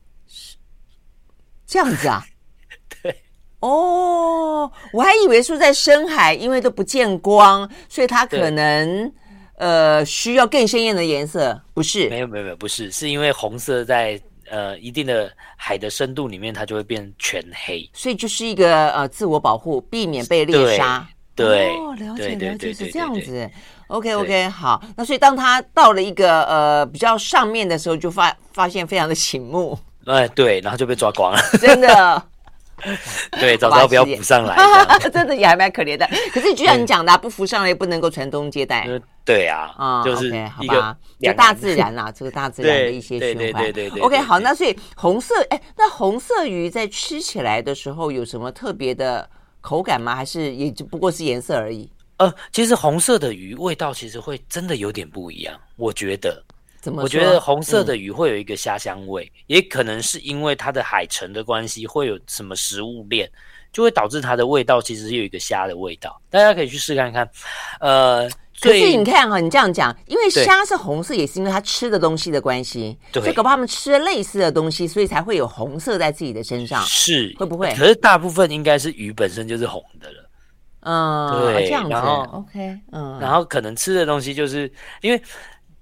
[SPEAKER 1] 这样子啊？ 对。哦，我还以为说在深海，因为都不见光，所以它可
[SPEAKER 2] 对
[SPEAKER 1] 能呃需要更鲜艳的颜色，不
[SPEAKER 2] 没
[SPEAKER 1] 是？
[SPEAKER 2] 有没有没有，不是，是因为红色在呃一定的海的深度里面，它就会变全黑。
[SPEAKER 1] 所以就是一个呃自我保护，避免被猎
[SPEAKER 2] 对
[SPEAKER 1] 杀。
[SPEAKER 2] 对，
[SPEAKER 1] 哦，了解
[SPEAKER 2] 对对
[SPEAKER 1] 了解
[SPEAKER 2] 对
[SPEAKER 1] 是
[SPEAKER 2] 对
[SPEAKER 1] 这样
[SPEAKER 2] 对
[SPEAKER 1] 子。OK OK，好，那所以当它到了一个呃比较上面的时候，就发发现非常的醒目，
[SPEAKER 2] 哎，对，然后就被抓 光了。
[SPEAKER 1] 真的。
[SPEAKER 2] 对，早知道不要补 上来这样。
[SPEAKER 1] 真的也还蛮可怜的。可是就像你讲的啊、不服上来也不能够传宗接代
[SPEAKER 2] 因为对啊，
[SPEAKER 1] 啊、
[SPEAKER 2] 就是
[SPEAKER 1] OK，好
[SPEAKER 2] 一
[SPEAKER 1] 吧
[SPEAKER 2] 个，
[SPEAKER 1] 就
[SPEAKER 2] 两
[SPEAKER 1] 大
[SPEAKER 2] 难
[SPEAKER 1] 自 然啦、这个大自然的一些
[SPEAKER 2] 对
[SPEAKER 1] 循环。
[SPEAKER 2] 对对对对
[SPEAKER 1] OK，
[SPEAKER 2] 对
[SPEAKER 1] 好，
[SPEAKER 2] 对
[SPEAKER 1] 那所以红色，哎，那红色鱼在吃起来的时候有什么特别的口感吗？还是也只不过是颜色而已？
[SPEAKER 2] 呃，其实红色的鱼味道其实会真的有点不一样，我觉得。
[SPEAKER 1] 怎么说？
[SPEAKER 2] 我觉得红色的鱼会有一个虾香味，也可能是因为它的海沉的关系，会有什么食物链，就会导致它的味道其实有一个虾的味道。大家可以去试看看。呃，
[SPEAKER 1] 可
[SPEAKER 2] 最
[SPEAKER 1] 是你看哦哈，你这样讲，因为
[SPEAKER 2] 对
[SPEAKER 1] 虾是红色，也是因为它吃的东西的关系，
[SPEAKER 2] 对
[SPEAKER 1] 所以搞不好他们吃了类似的东西，所以才会有红色在自己的身上。
[SPEAKER 2] 是
[SPEAKER 1] 啊会不会
[SPEAKER 2] 可是大部分应该是鱼本身就是红的了。
[SPEAKER 1] 嗯，
[SPEAKER 2] 对
[SPEAKER 1] 这样子
[SPEAKER 2] 然后
[SPEAKER 1] ，OK，嗯，
[SPEAKER 2] 然后可能吃的东西就是因为，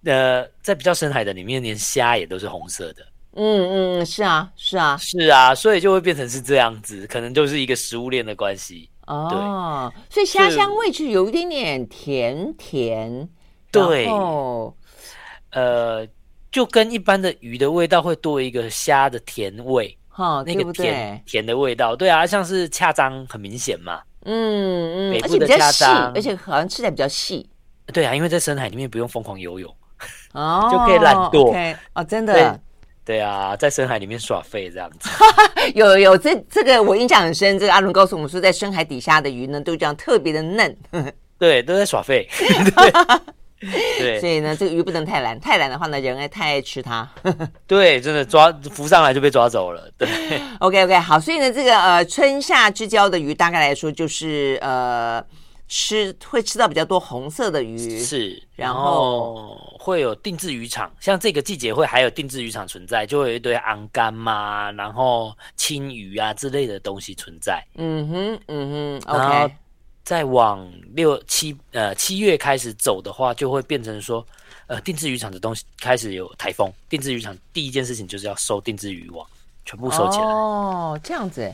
[SPEAKER 2] 呃，在比较深海的里面，连虾也都是红色的。
[SPEAKER 1] 嗯嗯，是啊，是啊，
[SPEAKER 2] 是啊，所以就会变成是这样子，可能就是一个食物链的关系。
[SPEAKER 1] 哦，所以虾
[SPEAKER 2] 是
[SPEAKER 1] 香味是有一点点甜甜，
[SPEAKER 2] 对
[SPEAKER 1] 哦，
[SPEAKER 2] 呃，就跟一般的鱼的味道会多一个虾的甜味，
[SPEAKER 1] 哈，
[SPEAKER 2] 那
[SPEAKER 1] 对
[SPEAKER 2] 个
[SPEAKER 1] 不
[SPEAKER 2] 甜
[SPEAKER 1] 对？
[SPEAKER 2] 甜的味道。对啊，像是恰章很明显嘛。
[SPEAKER 1] 嗯嗯
[SPEAKER 2] 北，
[SPEAKER 1] 而
[SPEAKER 2] 部
[SPEAKER 1] 且比
[SPEAKER 2] 的
[SPEAKER 1] 较
[SPEAKER 2] 家
[SPEAKER 1] 细，
[SPEAKER 2] 长
[SPEAKER 1] 而且好像吃起来比较细
[SPEAKER 2] 对啊，因为在深海里面不用疯狂游泳。
[SPEAKER 1] 哦，
[SPEAKER 2] 就可以懒惰
[SPEAKER 1] OK，哦，真
[SPEAKER 2] 对
[SPEAKER 1] 的，
[SPEAKER 2] 对啊，在深海里面耍废这样子。
[SPEAKER 1] 有有这这个我印象很深，这个阿伦告诉我们说，在深海底下的鱼呢，都这样特别的嫩，
[SPEAKER 2] 对，都在耍废。 对
[SPEAKER 1] 所
[SPEAKER 2] 对
[SPEAKER 1] 以呢，这个鱼不能太懒，太懒的话呢，人爱太爱吃 它。
[SPEAKER 2] 对，真的抓浮上来就被抓走了。对。
[SPEAKER 1] OK OK，好，所以呢，这个呃春夏之交的鱼，大概来说就是呃吃会吃到比较多红色的鱼，
[SPEAKER 2] 是，
[SPEAKER 1] 然
[SPEAKER 2] 然
[SPEAKER 1] 后
[SPEAKER 2] 后会有定制渔场，像这个季节会还有定制渔场存在，就会有一堆昂干嘛，然后青鱼啊之类的东西存在。
[SPEAKER 1] 嗯哼嗯哼
[SPEAKER 2] 然后
[SPEAKER 1] ，OK，
[SPEAKER 2] 再往六七呃七月开始走的话，就会变成说，呃，定制渔场的东西开始有台风，定制渔场第一件事情就是要收定制渔网，全部收起来。
[SPEAKER 1] 哦，这样子，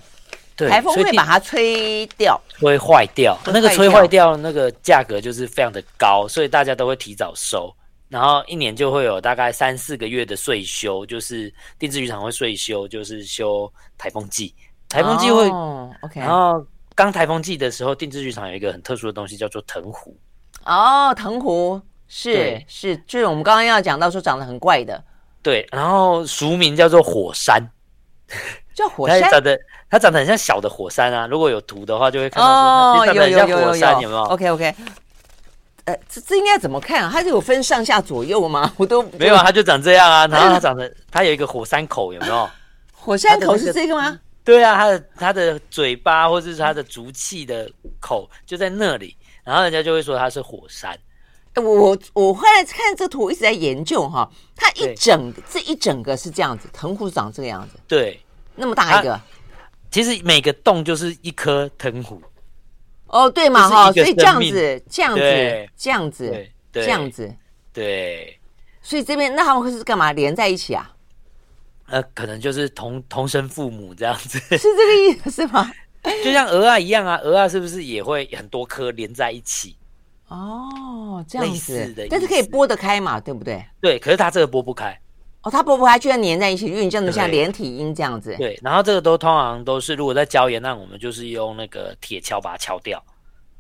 [SPEAKER 2] 对，
[SPEAKER 1] 台风
[SPEAKER 2] 所以
[SPEAKER 1] 会
[SPEAKER 2] 定
[SPEAKER 1] 把它吹掉。
[SPEAKER 2] 吹坏掉，
[SPEAKER 1] 会
[SPEAKER 2] 那个
[SPEAKER 1] 坏
[SPEAKER 2] 吹
[SPEAKER 1] 掉
[SPEAKER 2] 坏掉那个价格就是非常的高，所以大家都会提早收，然后一年就会有大概三四个月的税休，就是定制渔场会税休，就是休台风季，台风季会，
[SPEAKER 1] 哦，OK，
[SPEAKER 2] 然后刚台风季的时候，定制渔场有一个很特殊的东西叫做藤壶，
[SPEAKER 1] 哦，藤壶是
[SPEAKER 2] 对
[SPEAKER 1] 是，就是我们刚刚要讲到说长得很怪的，
[SPEAKER 2] 对，然后俗名叫做火山，
[SPEAKER 1] 叫火
[SPEAKER 2] 它
[SPEAKER 1] 山
[SPEAKER 2] 长得它长得很像小的火山啊，如果有图的话就会看到
[SPEAKER 1] 哦
[SPEAKER 2] 说，它其实
[SPEAKER 1] 有
[SPEAKER 2] 长得
[SPEAKER 1] 有
[SPEAKER 2] 很
[SPEAKER 1] 有有
[SPEAKER 2] 像火山，有没有？
[SPEAKER 1] OK OK，呃，这这应该怎么看啊？它是有分上下左右吗？ 我都
[SPEAKER 2] 没有啊，它就长这样啊，然后它长得它有一个火山口，有没有？
[SPEAKER 1] 火山
[SPEAKER 2] 它的
[SPEAKER 1] 口
[SPEAKER 2] 那
[SPEAKER 1] 是
[SPEAKER 2] 个
[SPEAKER 1] 这个吗？
[SPEAKER 2] 对啊，它的它的嘴巴或者是它的足气的口就在那里，然后人家就会说它是火山。
[SPEAKER 1] 哎我我我后来看这图，我一直在研究哈，它一
[SPEAKER 2] 对
[SPEAKER 1] 整这一整个是这样子，藤壶长这个样子，
[SPEAKER 2] 对，
[SPEAKER 1] 那么
[SPEAKER 2] 啊
[SPEAKER 1] 大一个，
[SPEAKER 2] 其实每个洞就是一颗藤壶。
[SPEAKER 1] 哦，对嘛
[SPEAKER 2] 就是
[SPEAKER 1] 哈，
[SPEAKER 2] 一个
[SPEAKER 1] 所以这样
[SPEAKER 2] 生命
[SPEAKER 1] 子，这样子
[SPEAKER 2] 对，
[SPEAKER 1] 这样子
[SPEAKER 2] 对，对
[SPEAKER 1] 这样子，
[SPEAKER 2] 对，
[SPEAKER 1] 所以这边那他们会是干嘛连在一起 啊？
[SPEAKER 2] 呃，可能就是同同生父母这样子，
[SPEAKER 1] 是这个意思是吗？
[SPEAKER 2] 就像鹅啊一样啊，鹅啊是不是也会很多颗连在一起？
[SPEAKER 1] 哦，这样
[SPEAKER 2] 类似
[SPEAKER 1] 子
[SPEAKER 2] 的，
[SPEAKER 1] 但是
[SPEAKER 2] 意
[SPEAKER 1] 可以
[SPEAKER 2] 思
[SPEAKER 1] 剥得开嘛，对不对？
[SPEAKER 2] 对，可是它这个剥不开。
[SPEAKER 1] 哦，它剥不开，居然粘在一起，因为你这样子像
[SPEAKER 2] 对
[SPEAKER 1] 连体婴这样子。
[SPEAKER 2] 对，然后这个都通常都是，如果在礁岩岸，我们就是用那个铁锹把它敲掉。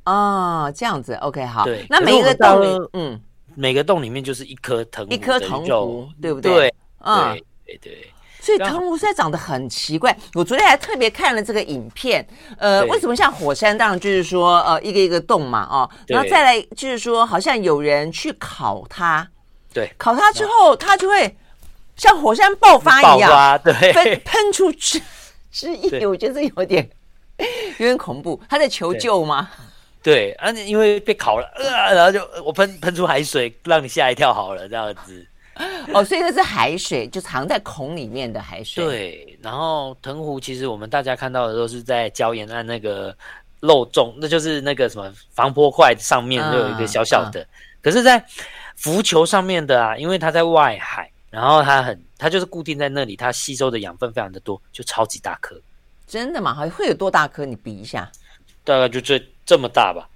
[SPEAKER 1] 哦，这样子，OK，好。
[SPEAKER 2] 对
[SPEAKER 1] 那
[SPEAKER 2] 可
[SPEAKER 1] 每
[SPEAKER 2] 是
[SPEAKER 1] 一
[SPEAKER 2] 我
[SPEAKER 1] 个
[SPEAKER 2] 们到
[SPEAKER 1] 洞
[SPEAKER 2] 了
[SPEAKER 1] 里，嗯，
[SPEAKER 2] 每个洞里面就是一颗藤壶，
[SPEAKER 1] 一颗藤壶，对不
[SPEAKER 2] 对？
[SPEAKER 1] 对？嗯，
[SPEAKER 2] 对对对。
[SPEAKER 1] 所以
[SPEAKER 2] 刚好
[SPEAKER 1] 藤壶虽然长得很奇怪，我昨天还特别看了这个影片。呃，
[SPEAKER 2] 对
[SPEAKER 1] 为什么像火山？当然就是说，呃，一个一个洞嘛，哦，
[SPEAKER 2] 对
[SPEAKER 1] 然后再来就是说，好像有人去烤它，
[SPEAKER 2] 对，
[SPEAKER 1] 烤它之后，它就会像火山爆发
[SPEAKER 2] 哦爆
[SPEAKER 1] 一样，
[SPEAKER 2] 发，对
[SPEAKER 1] 喷喷出汁汁液，
[SPEAKER 2] 对
[SPEAKER 1] 我觉得这有点 有点恐怖。他在求
[SPEAKER 2] 对
[SPEAKER 1] 救吗？
[SPEAKER 2] 对，啊，你因为被烤了，呃，然后就呃我喷喷出海水，让你吓一跳好了，这样子。
[SPEAKER 1] 哦，所以那是海水，就藏在孔里面的海水。，
[SPEAKER 2] 对，然后藤壶其实我们大家看到的都是在礁岩岸那个漏洞，那就是那个什么防波块上面
[SPEAKER 1] 嗯
[SPEAKER 2] 都有一个小小的，可是，在浮球上面的啊，因为它在外海，然后它很，它就是固定在那里，它吸收的养分非常的多，就超级大颗，
[SPEAKER 1] 真的吗？好，会有多大颗？你比一下。
[SPEAKER 2] 大概就这这么大吧。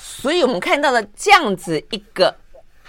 [SPEAKER 1] 所以我们看到的这样子一个，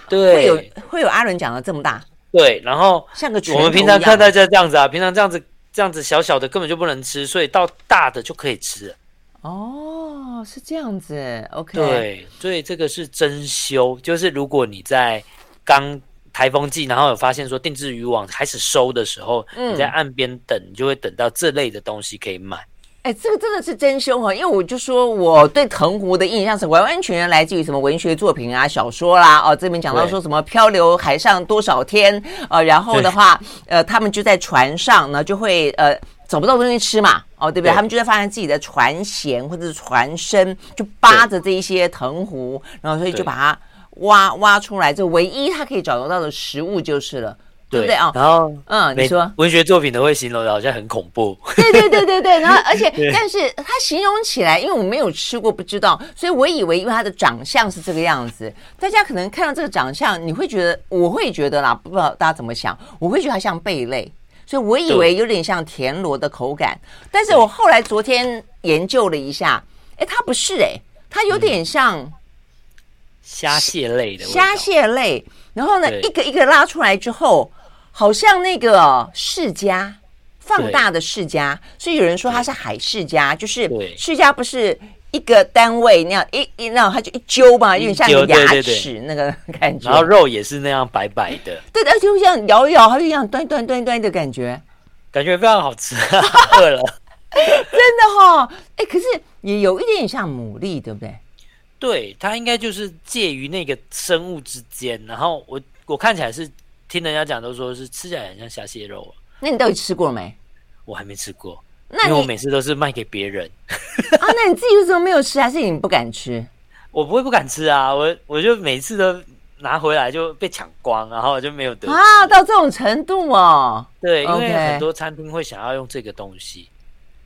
[SPEAKER 1] 会
[SPEAKER 2] 对，
[SPEAKER 1] 有会有阿伦讲的这么大，
[SPEAKER 2] 对，然后
[SPEAKER 1] 像个拳
[SPEAKER 2] 我
[SPEAKER 1] 头
[SPEAKER 2] 们平
[SPEAKER 1] 一
[SPEAKER 2] 常
[SPEAKER 1] 样
[SPEAKER 2] 看大家这样子啊，平常这样子这样子小小的根本就不能吃，所以到大的就可以吃了。
[SPEAKER 1] 哦，是这样子。OK，，
[SPEAKER 2] 对，所以这个是真修，就是如果你在刚台风季，然后有发现说定制渔网开始收的时候，
[SPEAKER 1] 嗯
[SPEAKER 2] 你在岸边等，你就会等到这类的东西可以买。
[SPEAKER 1] 哎，这个真的是真凶哦哈！因为我就说我对藤壶的印象是完完全全来自于什么文学作品啊、小说啦，哦，这边讲到说
[SPEAKER 2] 对
[SPEAKER 1] 什么漂流海上多少天，呃，然后的
[SPEAKER 2] 对
[SPEAKER 1] 话，呃，他们就在船上呢，就会呃找不到东西吃嘛，哦，对不对？
[SPEAKER 2] 对
[SPEAKER 1] 他们就会发现自己的船舷或者是船身就扒着这一些藤壶，然后所以就
[SPEAKER 2] 对
[SPEAKER 1] 把它挖挖出来，这唯一他可以找得到的食物就是了，对不对啊？
[SPEAKER 2] 然后
[SPEAKER 1] 嗯，你
[SPEAKER 2] 每
[SPEAKER 1] 说。
[SPEAKER 2] 文学作品都会形容的好像很 恐怖，
[SPEAKER 1] 对对对对对，然后而且
[SPEAKER 2] 对
[SPEAKER 1] 但是它形容起来，因为我没有吃过，不知道，所以我以为因为它的长相是这个样子，大家可能看到这个长相，你会觉得，我会觉得啦，不知道大家怎么想，我会觉得它像贝类，所以我以为有点像田螺的口感，但是我后来昨天研究了一下，哎，它不是哎、它有点像
[SPEAKER 2] 虾蟹类的味道
[SPEAKER 1] 虾蟹类，然后呢
[SPEAKER 2] 对
[SPEAKER 1] 一个一个拉出来之后，好像那个释迦。放
[SPEAKER 2] 对
[SPEAKER 1] 大的世家，所以有人说它是海世家，就是
[SPEAKER 2] 对
[SPEAKER 1] 世家不是一个单位那样一一那样，它就一揪嘛，有点像
[SPEAKER 2] 揪
[SPEAKER 1] 个牙
[SPEAKER 2] 对对对
[SPEAKER 1] 齿那个感觉
[SPEAKER 2] 然，后肉也是那样白白的，
[SPEAKER 1] 对，而且就像摇一摇，它就这样端端端端的感觉，
[SPEAKER 2] 感觉非常好吃、 啊，饿了。
[SPEAKER 1] 真的哈、哦，哎，可是也有一点像牡蛎，对不对？
[SPEAKER 2] 对，它应该就是介于那个生物之间。然后我我看起来是听人家讲都说是吃起来很像虾蟹肉啊，
[SPEAKER 1] 那你到底吃过了 没？
[SPEAKER 2] 我还没吃过，
[SPEAKER 1] 那
[SPEAKER 2] 因为我
[SPEAKER 1] 你
[SPEAKER 2] 每次都是卖给别人，
[SPEAKER 1] 啊，那你自己为什么没有吃？还是你不敢吃？
[SPEAKER 2] 我不会不敢吃啊，我我就每次都拿回来就被抢光，然后就没有得吃。
[SPEAKER 1] 啊，到这种程度哦。
[SPEAKER 2] 对，因
[SPEAKER 1] OK
[SPEAKER 2] 为很多餐厅会想要用这个东西，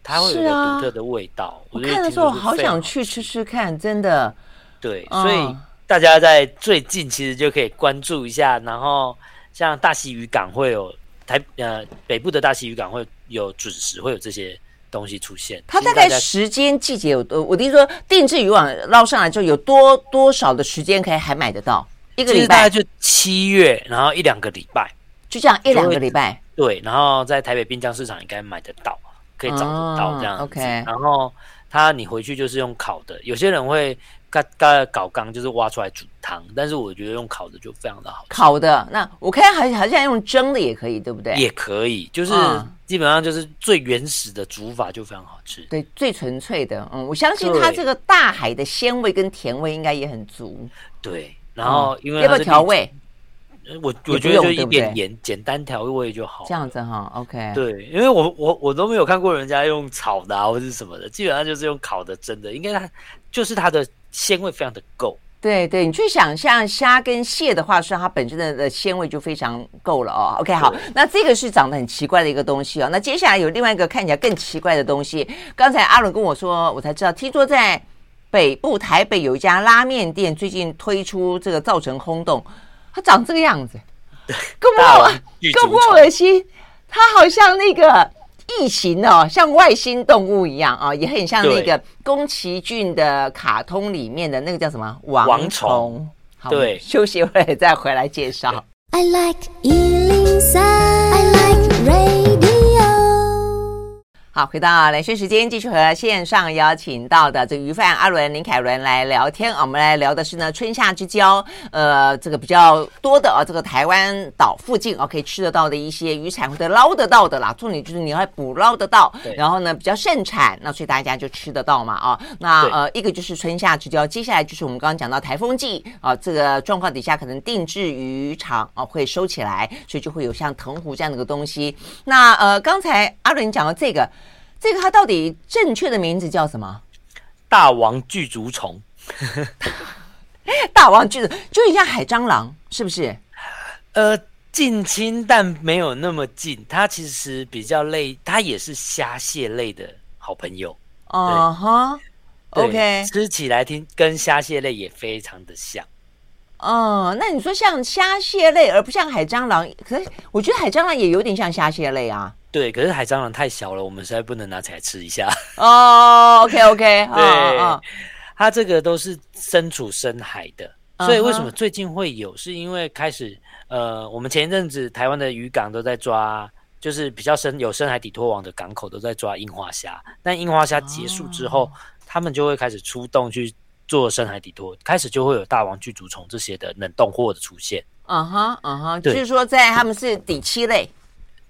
[SPEAKER 2] 它会有一
[SPEAKER 1] 是
[SPEAKER 2] 个
[SPEAKER 1] 啊
[SPEAKER 2] 独特的味道。
[SPEAKER 1] 我
[SPEAKER 2] 就
[SPEAKER 1] 看的
[SPEAKER 2] 听
[SPEAKER 1] 时候
[SPEAKER 2] 说是
[SPEAKER 1] 好
[SPEAKER 2] 非常
[SPEAKER 1] 想去吃吃看，真的。
[SPEAKER 2] 对，
[SPEAKER 1] 嗯
[SPEAKER 2] 所以大家在最近其实就可以关注一下，然后像大溪渔港会有台呃北部的大溪渔港会有准时会有这些东西出现。
[SPEAKER 1] 它
[SPEAKER 2] 其实
[SPEAKER 1] 大概
[SPEAKER 2] 家
[SPEAKER 1] 时间季节有多？我的意思说，定制渔网捞上来之后，有多多少的时间可以还买得到？一个
[SPEAKER 2] 其
[SPEAKER 1] 礼
[SPEAKER 2] 实大概
[SPEAKER 1] 拜
[SPEAKER 2] 就七月，然后一两个礼拜，
[SPEAKER 1] 就这样一
[SPEAKER 2] 就
[SPEAKER 1] 两
[SPEAKER 2] 会
[SPEAKER 1] 个礼拜，
[SPEAKER 2] 对，然后在台北滨江市场应该买得到，可以找得到这样子。
[SPEAKER 1] 哦，OK
[SPEAKER 2] 然后它你回去就是用烤的，有些人会嘎嘎搞缸，就是挖出来煮汤，但是我觉得用烤的就非常的好吃。
[SPEAKER 1] 烤的。那我看好像好像用蒸的也可以，对不对？
[SPEAKER 2] 也可以，就是
[SPEAKER 1] 嗯
[SPEAKER 2] 基本上就是最原始的煮法就非常好吃。
[SPEAKER 1] 对，最纯粹的。嗯，我相信它
[SPEAKER 2] 对
[SPEAKER 1] 这个大海的鲜味跟甜味应该也很足。
[SPEAKER 2] 对，然后因为
[SPEAKER 1] 嗯要不
[SPEAKER 2] 它
[SPEAKER 1] 要
[SPEAKER 2] 是
[SPEAKER 1] 调味？
[SPEAKER 2] 比，我
[SPEAKER 1] 也
[SPEAKER 2] 我
[SPEAKER 1] 不
[SPEAKER 2] 觉得
[SPEAKER 1] 用
[SPEAKER 2] 就
[SPEAKER 1] 对
[SPEAKER 2] 一
[SPEAKER 1] 不
[SPEAKER 2] 点
[SPEAKER 1] 对
[SPEAKER 2] 盐，简单调味就好。
[SPEAKER 1] 这样子哈，OK。
[SPEAKER 2] 对，因为我我我都没有看过人家用炒的啊或者是什么的，基本上就是用烤的蒸的，应该它就是它的鲜味非常的够。
[SPEAKER 1] 对对，你去想象虾跟蟹的话，是它本身的的鲜味就非常够了哦。OK，好，那这个是长得很奇怪的一个东西哦。那接下来有另外一个看起来更奇怪的东西，刚才阿伦跟我说，我才知道，听说在北部台北有一家拉面店最近推出这个造成轰动，它长这个样子，够不
[SPEAKER 2] 大
[SPEAKER 1] 够
[SPEAKER 2] 碗巨
[SPEAKER 1] 够不
[SPEAKER 2] 足
[SPEAKER 1] 够
[SPEAKER 2] 虫
[SPEAKER 1] 恶心？它好像那个异形哦，像外星动物一样啊、也很像那
[SPEAKER 2] 对
[SPEAKER 1] 个宫崎骏的卡通里面的那个叫什么王
[SPEAKER 2] 王虫
[SPEAKER 1] 好，
[SPEAKER 2] 对
[SPEAKER 1] 休息会儿再回来介绍。
[SPEAKER 3] I like Ealing Sound. I like radio.
[SPEAKER 1] 好，回到蓝轩时间，继续和线上邀请到的这个于范、阿伦、林凯伦来聊天啊。我们来聊的是呢春夏之交，呃，这个比较多的啊，这个台湾岛附近啊可以吃得到的一些渔产或者捞得到的啦。重点就是你要捕捞得到
[SPEAKER 2] 对，
[SPEAKER 1] 然后呢比较盛产，那所以大家就吃得到嘛啊。那
[SPEAKER 2] 对
[SPEAKER 1] 呃，一个就是春夏之交，接下来就是我们刚刚讲到台风季啊，这个状况底下可能定制渔场啊会收起来，所以就会有像藤壶这样的一个东西。那呃，刚才阿伦讲到这个，这个它到底正确的名字叫什么？
[SPEAKER 2] 大王巨足虫，
[SPEAKER 1] 大王巨，就很像海蟑螂，是不是？
[SPEAKER 2] 呃，近亲但没有那么近，它其实比较类，它也是虾蟹类的好朋友。
[SPEAKER 1] 哦哈
[SPEAKER 2] 对
[SPEAKER 1] ，OK，
[SPEAKER 2] 吃起来听跟虾蟹类也非常的像。
[SPEAKER 1] 嗯，那你说像虾蟹类，而不像海蟑螂，可是我觉得海蟑螂也有点像虾蟹类啊。
[SPEAKER 2] 对，可是海蟑螂太小了，我们实在不能拿起来吃一下。
[SPEAKER 1] 哦，OK 嗯哦 OK，
[SPEAKER 2] 对，它这个都是身处深海的，
[SPEAKER 1] 嗯哼
[SPEAKER 2] 所以为什么最近会有？是因为开始呃，我们前一阵子台湾的渔港都在抓，就是比较深有深海底拖网的港口都在抓樱花虾。那樱花虾结束之
[SPEAKER 1] 哦
[SPEAKER 2] 后，他们就会开始出动去做深海底拖，开始就会有大王巨足虫这些的冷冻货的出现。
[SPEAKER 1] 嗯哼嗯哼，就
[SPEAKER 2] 对
[SPEAKER 1] 是说在他们是底栖类，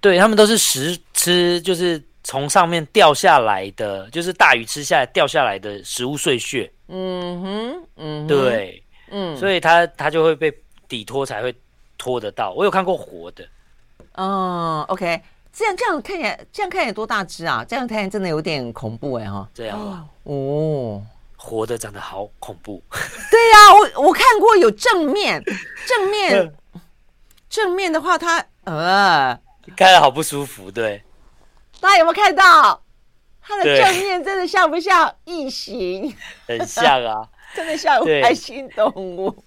[SPEAKER 2] 对他们都是食吃，就是从上面掉下来的，就是大鱼吃下来掉下来的食物碎屑，
[SPEAKER 1] 嗯哼，嗯哼，，
[SPEAKER 2] 对，
[SPEAKER 1] 嗯，
[SPEAKER 2] 所以它它就会被底拖才会拖得到。我有看过活的，
[SPEAKER 1] 哦，OK，这样这样看起来，这样看起来多大只啊？这样看起来真的有点恐怖哎哈。
[SPEAKER 2] 这样吧
[SPEAKER 1] 哦，
[SPEAKER 2] 活的长得好恐怖， 啊
[SPEAKER 1] 对呀、我我看过有正面，正面，
[SPEAKER 2] 嗯
[SPEAKER 1] 正面的话它，呃，
[SPEAKER 2] 看了好不舒服，对。
[SPEAKER 1] 大家有没有看到？它的
[SPEAKER 2] 对
[SPEAKER 1] 正面真的像不像异形？
[SPEAKER 2] 很像啊，
[SPEAKER 1] 真的像
[SPEAKER 2] 对
[SPEAKER 1] 外星动物？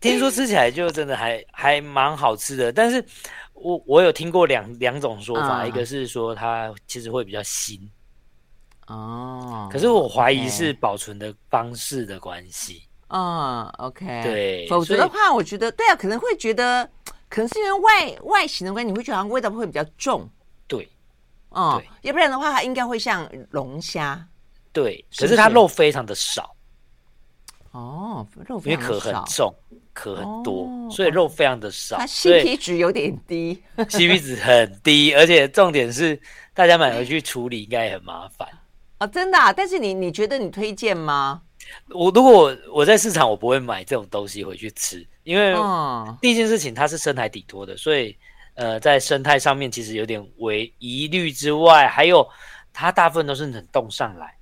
[SPEAKER 2] 听说吃起来就真的还还蛮好吃的，但是我我有听过两两种说法，
[SPEAKER 1] 嗯
[SPEAKER 2] 一个是说它其实会比较腥，
[SPEAKER 1] 哦，
[SPEAKER 2] 可是我怀疑是保存的方式的关系。
[SPEAKER 1] 啊、o k
[SPEAKER 2] 对
[SPEAKER 1] 否则
[SPEAKER 2] 所以
[SPEAKER 1] 的话，我觉得对啊，可能会觉得，可能是因为外外形的关系，你会觉得好像味道会比较重，
[SPEAKER 2] 对
[SPEAKER 1] 哦、
[SPEAKER 2] 对
[SPEAKER 1] 要不然的话，它应该会像龙虾，
[SPEAKER 2] 对，
[SPEAKER 1] 是
[SPEAKER 2] 可是它
[SPEAKER 1] 不是
[SPEAKER 2] 肉非常的少，
[SPEAKER 1] 哦，肉非
[SPEAKER 2] 因为
[SPEAKER 1] 常
[SPEAKER 2] 壳很
[SPEAKER 1] 少，
[SPEAKER 2] 重，壳很多，
[SPEAKER 1] 哦
[SPEAKER 2] 所以肉非常的少
[SPEAKER 1] 它，
[SPEAKER 2] 所
[SPEAKER 1] CP
[SPEAKER 2] 以
[SPEAKER 1] 值有点低，
[SPEAKER 2] CP 值很低，而且重点是大家买回去处理应该也很麻烦。
[SPEAKER 1] 哦，真的、啊。但是你你觉得你推荐吗？
[SPEAKER 2] 我如果我我在市场，我不会买这种东西回去吃，因为
[SPEAKER 1] 嗯，
[SPEAKER 2] 第一件事情，它是生态底托的，所以呃，在生态上面其实有点为疑虑之外，还有它大部分都是冷冻上来。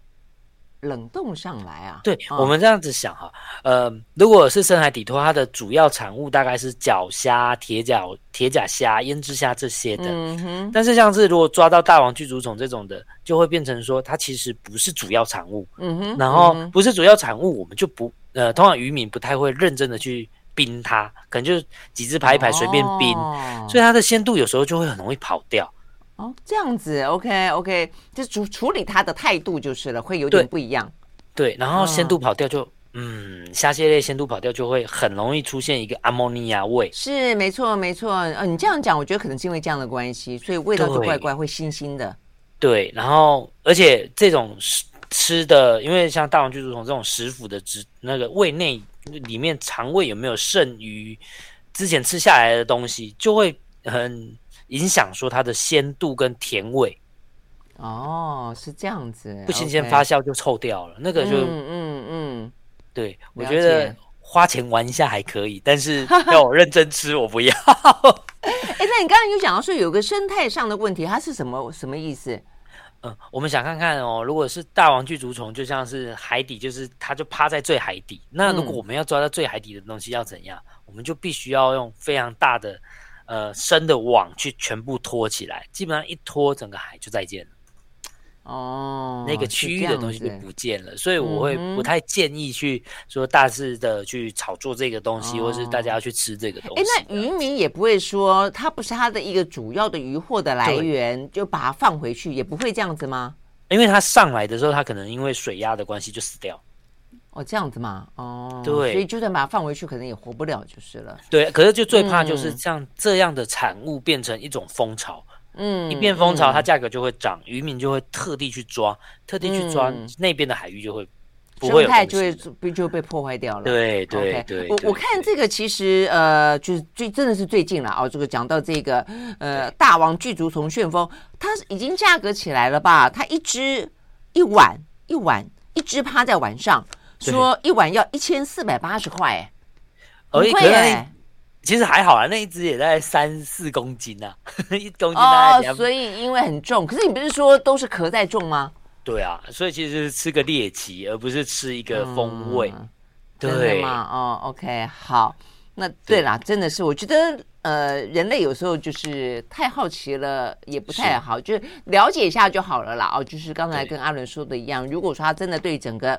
[SPEAKER 1] 冷冻上来啊，
[SPEAKER 2] 对、
[SPEAKER 1] 嗯
[SPEAKER 2] 我们这样子想哈，呃，如果是深海底托，它的主要产物大概是角虾、铁角、铁甲虾、胭脂虾这些的。
[SPEAKER 1] 嗯哼，
[SPEAKER 2] 但是像是如果抓到大王巨足虫这种的，就会变成说它其实不是主要产物，
[SPEAKER 1] 嗯哼，
[SPEAKER 2] 然后
[SPEAKER 1] 嗯
[SPEAKER 2] 不是主要产物，我们就不呃，通常渔民不太会认真的去冰它，可能就是几只排一排随便冰。
[SPEAKER 1] 哦
[SPEAKER 2] 所以它的鲜度有时候就会很容易跑掉。
[SPEAKER 1] 哦，这样子，OK OK，就是处处理它的态度就是了，会有点
[SPEAKER 2] 对
[SPEAKER 1] 不一样。
[SPEAKER 2] 对，然后
[SPEAKER 1] 嗯
[SPEAKER 2] 鲜度跑掉就，嗯，虾蟹类鲜度跑掉就会很容易出现一个阿莫尼亚味。
[SPEAKER 1] 是，没错，没错。呃，你这样讲，我觉得可能是因为这样的关系，所以味道就
[SPEAKER 2] 对
[SPEAKER 1] 怪怪，会腥腥的。
[SPEAKER 2] 对，然后而且这种食吃的，因为像大王巨足虫这种食腐的植，那个胃内里面肠胃有没有剩余之前吃下来的东西，就会很影响说它的鲜度跟甜味。
[SPEAKER 1] 哦，是这样子，
[SPEAKER 2] 不新鲜
[SPEAKER 1] OK
[SPEAKER 2] 发酵就臭掉了，那个就、
[SPEAKER 1] 嗯嗯嗯，
[SPEAKER 2] 对我
[SPEAKER 1] 了
[SPEAKER 2] 觉得
[SPEAKER 1] 解。
[SPEAKER 2] 花钱玩一下还可以，但是 要我认真吃，我不要。
[SPEAKER 1] 哎、那你刚刚有讲到说有个生态上的问题，它是什么什么意思？
[SPEAKER 2] 嗯，我们想看看哦，如果是大王巨足虫，就像是海底，就是它就趴在最海底。那如果
[SPEAKER 1] 嗯
[SPEAKER 2] 我们要抓到最海底的东西，要怎样？我们就必须要用非常大的、呃深的网去全部拖起来，基本上一拖，整个海就再见了，
[SPEAKER 1] 哦，
[SPEAKER 2] 那个
[SPEAKER 1] 是
[SPEAKER 2] 区
[SPEAKER 1] 这
[SPEAKER 2] 域的
[SPEAKER 1] 样
[SPEAKER 2] 东西就
[SPEAKER 1] 子
[SPEAKER 2] 不见了。所以我会
[SPEAKER 1] 嗯哼
[SPEAKER 2] 不太建议去说大肆的去炒作这个东西，或是大家要去吃这个东
[SPEAKER 1] 哎，
[SPEAKER 2] 西。啊
[SPEAKER 1] 那渔民也不会说它不是它的一个主要的渔获的来
[SPEAKER 2] 对
[SPEAKER 1] 源，就把它放回去，也不会这样子吗？
[SPEAKER 2] 因为它上来的时候，它可能因为水压的关系就死掉。
[SPEAKER 1] 哦，这样子嘛，哦，
[SPEAKER 2] 对
[SPEAKER 1] 所以就算把它放回去，可能也活不了就是了。
[SPEAKER 2] 对，可是就最怕就是
[SPEAKER 1] 嗯
[SPEAKER 2] 像这样的产物变成一种风潮，
[SPEAKER 1] 嗯，
[SPEAKER 2] 一变风
[SPEAKER 1] 嗯
[SPEAKER 2] 潮，它价格就会涨，渔民就会特地去抓，特地去抓
[SPEAKER 1] 嗯
[SPEAKER 2] 那边的海域就会不
[SPEAKER 1] 生
[SPEAKER 2] 会有
[SPEAKER 1] 态就
[SPEAKER 2] 东西
[SPEAKER 1] 会
[SPEAKER 2] 了
[SPEAKER 1] 就就被破坏掉了。
[SPEAKER 2] 对对
[SPEAKER 1] OK，
[SPEAKER 2] 对，
[SPEAKER 1] 我我
[SPEAKER 2] 对
[SPEAKER 1] 看这个其实呃，就是最真的是最近了哦。这个讲到这个呃，大王巨足虫旋风，它已经价格起来了吧？它一只一碗一碗一只趴在碗上，
[SPEAKER 2] 对
[SPEAKER 1] 说一碗要一千四百八十块，哎，很贵哎
[SPEAKER 2] 而且可是那哦一。其实还好啊，那一只也在三四公斤啊， 一公斤大概
[SPEAKER 1] 哦
[SPEAKER 2] 两，
[SPEAKER 1] 所以因为很重，可是你不是说都是壳在重吗？
[SPEAKER 2] 对啊，所以其实是吃个猎奇，而不是吃一个风味。
[SPEAKER 1] 嗯真的
[SPEAKER 2] 对，
[SPEAKER 1] 吗？哦，OK，好，那对啦，真的是，我觉得呃，人类有时候就是太好奇了，也不太
[SPEAKER 2] 是
[SPEAKER 1] 好，就是了解一下就好了啦。哦，就是刚才
[SPEAKER 2] 对
[SPEAKER 1] 跟阿伦说的一样，如果说他真的对整个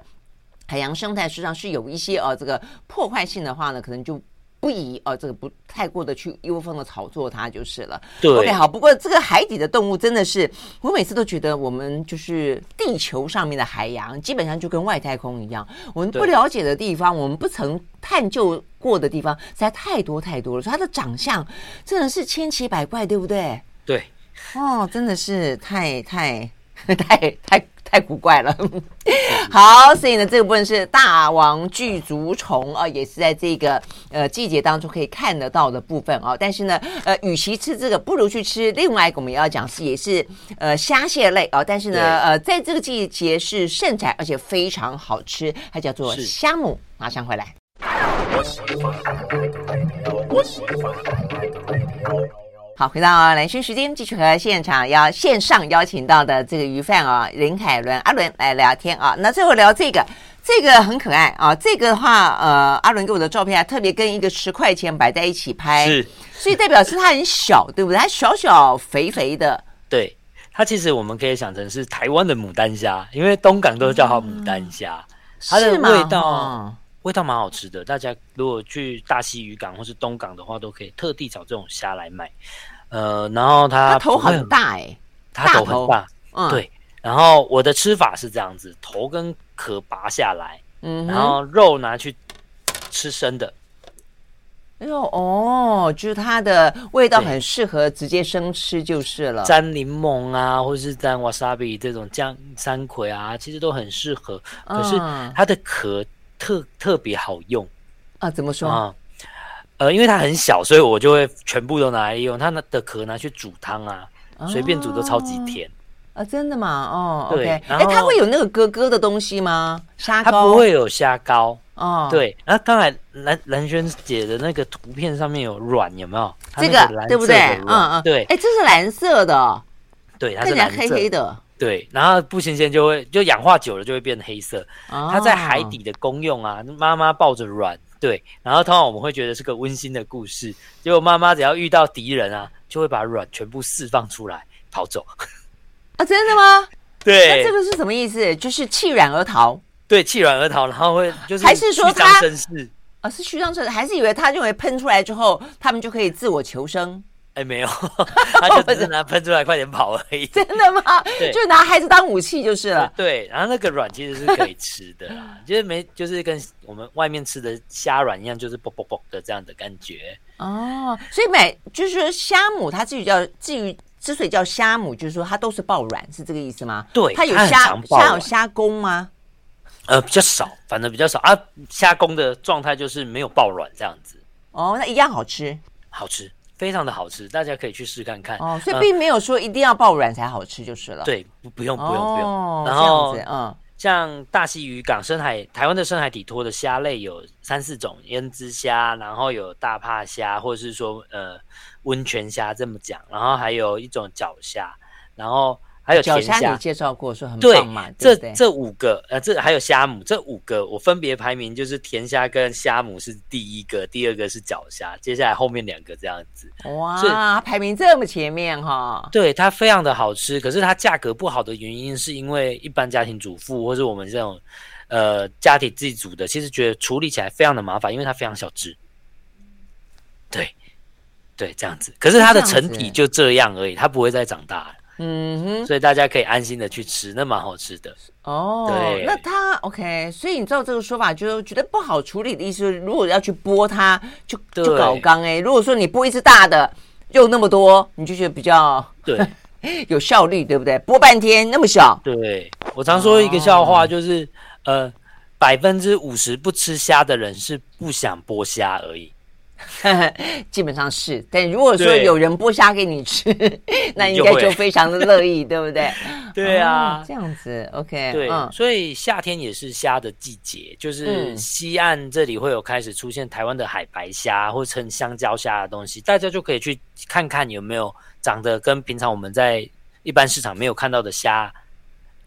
[SPEAKER 1] 海洋生态实际上是有一些呃这个破坏性的话呢，可能就。不宜呃，这个不太过的去一窝蜂的炒作它就是了。
[SPEAKER 2] 对
[SPEAKER 1] OK，好。不过这个海底的动物真的是，我每次都觉得我们就是地球上面的海洋，基本上就跟外太空一样，我们不
[SPEAKER 2] 对
[SPEAKER 1] 了解的地方，我们不曾探究过的地方，实在太多太多了。所以它的长相真的是千奇百怪，对不对？
[SPEAKER 2] 对，
[SPEAKER 1] 哦，真的是太太太太太太古怪了。好，所以呢，这个部分是大王巨足虫啊、也是在这个呃季节当中可以看得到的部分啊、但是呢，呃，与其吃这个，不如去吃另外一个我们要讲是也是呃虾蟹类啊、但是呢，
[SPEAKER 2] 对
[SPEAKER 1] 呃，在这个季节是盛产而且非常好吃，它叫做
[SPEAKER 2] 是
[SPEAKER 1] 虾母。马上回来。好，回到蓝轩时间，继续和现场邀线上邀请到的这个鱼贩啊、林凯伦、阿伦来聊天啊。那最后聊这个，这个很可爱啊。这个的话，呃，阿伦给我的照片还特别跟一个十块钱摆在一起拍，
[SPEAKER 2] 是，
[SPEAKER 1] 所以代表是它很小，对不对？它小小肥肥的，
[SPEAKER 2] 对，它其实我们可以想成是台湾的牡丹虾，因为东港都叫它牡丹虾，它
[SPEAKER 1] 嗯
[SPEAKER 2] 的
[SPEAKER 1] 是吗
[SPEAKER 2] 味道啊
[SPEAKER 1] 哦
[SPEAKER 2] 味道蛮好吃的。大家如果去大溪渔港或是东港的话，都可以特地找这种虾来买。呃，然后它
[SPEAKER 1] 它头
[SPEAKER 2] 不会
[SPEAKER 1] 很，大哎、
[SPEAKER 2] 它头
[SPEAKER 1] 大头
[SPEAKER 2] 很大，
[SPEAKER 1] 嗯，，
[SPEAKER 2] 对。然后我的吃法是这样子，头跟壳拔下来，
[SPEAKER 1] 嗯哼，
[SPEAKER 2] 然后肉拿去吃生的，
[SPEAKER 1] 哎呦哦，就是它的味道
[SPEAKER 2] 对
[SPEAKER 1] 很适合直接生吃就是了。
[SPEAKER 2] 沾柠檬啊，或是沾 wasabi 这种酱山葵啊，其实都很适合。可是
[SPEAKER 1] 嗯
[SPEAKER 2] 它的壳特特别好用
[SPEAKER 1] 啊，怎么说？
[SPEAKER 2] 啊。呃，因为它很小，所以我就会全部都拿来用。它拿的壳拿去煮汤啊，随便煮都超级甜。
[SPEAKER 1] 啊，真的吗？哦
[SPEAKER 2] 对
[SPEAKER 1] ，OK，
[SPEAKER 2] 然
[SPEAKER 1] 哎，它
[SPEAKER 2] 后
[SPEAKER 1] 会有那个咯咯的东西吗？沙
[SPEAKER 2] 它
[SPEAKER 1] 膏
[SPEAKER 2] 不会有虾膏，
[SPEAKER 1] 哦，，
[SPEAKER 2] 对。然后刚才蓝蓝轩姐的那个图片上面有卵，有没有？它
[SPEAKER 1] 这
[SPEAKER 2] 那
[SPEAKER 1] 个
[SPEAKER 2] 蓝
[SPEAKER 1] 对不
[SPEAKER 2] 色
[SPEAKER 1] 对？
[SPEAKER 2] 的
[SPEAKER 1] 嗯
[SPEAKER 2] 卵
[SPEAKER 1] 嗯，
[SPEAKER 2] 对
[SPEAKER 1] 哎，这是蓝色的，
[SPEAKER 2] 对，它
[SPEAKER 1] 看
[SPEAKER 2] 是
[SPEAKER 1] 起来
[SPEAKER 2] 蓝色
[SPEAKER 1] 黑黑的。
[SPEAKER 2] 对，然后不新鲜就会就氧化久了就会变黑色。它
[SPEAKER 1] 它
[SPEAKER 2] 在海
[SPEAKER 1] 哦
[SPEAKER 2] 底的功用啊，妈妈抱着卵，对，然后通常我们会觉得是个温馨的故事，结果妈妈只要遇到敌人啊，就会把卵全部释放出来逃走。
[SPEAKER 1] 啊，真的吗？那
[SPEAKER 2] 对，
[SPEAKER 1] 这个是什么意思？就是弃卵而逃
[SPEAKER 2] 对，弃卵而逃，然后会就是
[SPEAKER 1] 还是说
[SPEAKER 2] 虚张
[SPEAKER 1] 它
[SPEAKER 2] 声势？
[SPEAKER 1] 啊？是虚张声势，还是以为它认为喷出来之后，它们就可以自我求生？
[SPEAKER 2] 哎，没有， 他就只是拿喷出来，快点跑而已。
[SPEAKER 1] 真的吗？
[SPEAKER 2] 对
[SPEAKER 1] 就拿孩子当武器就是了。
[SPEAKER 2] 对，然后那个卵其实是可以吃的 啦，就是没，就是跟我们外面吃的虾卵一样，就是啵啵啵的这样的感觉。
[SPEAKER 1] 哦，所以买就是说虾母，它至于叫至于之所以叫虾母，就是说它都是爆卵，是这个意思吗？
[SPEAKER 2] 对
[SPEAKER 1] 它有
[SPEAKER 2] 它很
[SPEAKER 1] 虾
[SPEAKER 2] 常爆
[SPEAKER 1] 虾有
[SPEAKER 2] 卵
[SPEAKER 1] 虾公吗？
[SPEAKER 2] 呃，比较少，反正比较少啊。虾公的状态就是没有爆卵这样子，
[SPEAKER 1] 哦，那一样好吃
[SPEAKER 2] 好吃，非常的好吃，大家可以去试看看。
[SPEAKER 1] 哦，所以
[SPEAKER 2] 呃
[SPEAKER 1] 并没有说一定要爆卵才好吃就是了。，
[SPEAKER 2] 对，不不用不
[SPEAKER 1] 哦，
[SPEAKER 2] 用不用。
[SPEAKER 1] 这
[SPEAKER 2] 然
[SPEAKER 1] 样
[SPEAKER 2] 后
[SPEAKER 1] 子，嗯，
[SPEAKER 2] 像大溪渔港、深海、台湾的深海底托的虾类有三四种，胭脂虾，然后有大帕虾，或者是说呃温泉虾这么讲，然后还有一种脚虾，然后还有
[SPEAKER 1] 小哦
[SPEAKER 2] 甜
[SPEAKER 1] 虾
[SPEAKER 2] 虾
[SPEAKER 1] 你。介绍过说很
[SPEAKER 2] 对
[SPEAKER 1] 棒嘛，，对
[SPEAKER 2] 这
[SPEAKER 1] 不对？
[SPEAKER 2] 这五个，呃，这还有虾母，这五个我分别排名，就是甜虾跟虾母是第一个，第二个是脚虾，接下来后面两个这样子。
[SPEAKER 1] 哇，
[SPEAKER 2] 这
[SPEAKER 1] 它排名这么前面哈，
[SPEAKER 2] 对，它非常的好吃，可是它价格不好的原因，是因为一般家庭主妇或是我们这种呃家庭自己煮的，其实觉得处理起来非常的麻烦，因为它非常小只。对，对，这样子。可是它的
[SPEAKER 1] 这样
[SPEAKER 2] 成
[SPEAKER 1] 子欸
[SPEAKER 2] 体就这样而已，它不会再长大了，
[SPEAKER 1] 嗯哼。
[SPEAKER 2] 所以大家可以安心的去吃，那蛮好吃的。
[SPEAKER 1] 哦，
[SPEAKER 2] 对
[SPEAKER 1] 那它 OK，所以你知道这个说法，就是觉得不好处理的意思。就是如果要去剥它，就就
[SPEAKER 2] 对
[SPEAKER 1] 搞缸哎、如果说你剥一只大的，肉那么多，你就觉得比较
[SPEAKER 2] 对
[SPEAKER 1] 有效率，对不对？剥半天那么 小，
[SPEAKER 2] 对，我常说一个笑
[SPEAKER 1] 哦
[SPEAKER 2] 话，就是、呃，百分之五十不吃虾的人是不想剥虾而已。
[SPEAKER 1] 基本上是。但如果说
[SPEAKER 2] 对
[SPEAKER 1] 有人剥虾给你吃， 那应
[SPEAKER 2] 你就
[SPEAKER 1] 该
[SPEAKER 2] 会
[SPEAKER 1] 就非常的乐意，对不对？
[SPEAKER 2] 对啊
[SPEAKER 1] 哦，这样子 OK，
[SPEAKER 2] 对，
[SPEAKER 1] 嗯
[SPEAKER 2] 所以夏天也是虾的季节，就是
[SPEAKER 1] 嗯
[SPEAKER 2] 西岸这里会有开始出现台湾的海白虾或称香蕉虾的东西，大家就可以去看看有没有长得跟平常我们在一般市场没有看到的虾，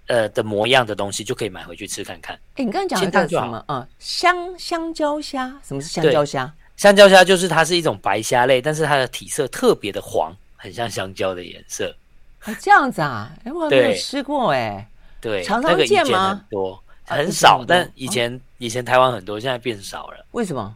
[SPEAKER 2] 呃的模样的东西，就可以买回去吃看看。
[SPEAKER 1] 哎，你刚刚讲的
[SPEAKER 2] 清
[SPEAKER 1] 叫
[SPEAKER 2] 淡就
[SPEAKER 1] 什
[SPEAKER 2] 好
[SPEAKER 1] 么？嗯，香香蕉虾，什么是香
[SPEAKER 2] 对
[SPEAKER 1] 蕉虾？
[SPEAKER 2] 香蕉虾就是它是一种白虾类，但是它的体色特别的黄，很像香蕉的颜色。
[SPEAKER 1] 哦，这样子啊，哎，我还没有
[SPEAKER 2] 对
[SPEAKER 1] 吃过哎。
[SPEAKER 2] 对，
[SPEAKER 1] 常常
[SPEAKER 2] 那个以
[SPEAKER 1] 见
[SPEAKER 2] 前
[SPEAKER 1] 吗
[SPEAKER 2] 很多，
[SPEAKER 1] 啊以
[SPEAKER 2] 很
[SPEAKER 1] 前
[SPEAKER 2] 少
[SPEAKER 1] 很，多
[SPEAKER 2] 但以
[SPEAKER 1] 哦
[SPEAKER 2] 前以前台湾很多，现在变少了，
[SPEAKER 1] 为什么？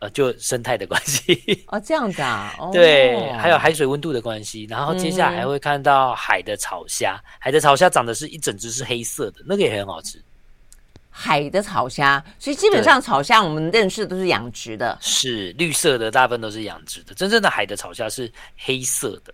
[SPEAKER 2] 呃，就生态的关系。
[SPEAKER 1] 哦，这样子啊，哦、
[SPEAKER 2] 对，还有海水温度的关系，然后接下来还会看到海的草虾，海的草虾长得是一整只是黑色的，那个也很好吃。
[SPEAKER 1] 海的草虾，所以基本上草虾我们认识的都是养殖的
[SPEAKER 2] 是绿色的，大部分都是养殖的，真正的海的草虾是黑色的。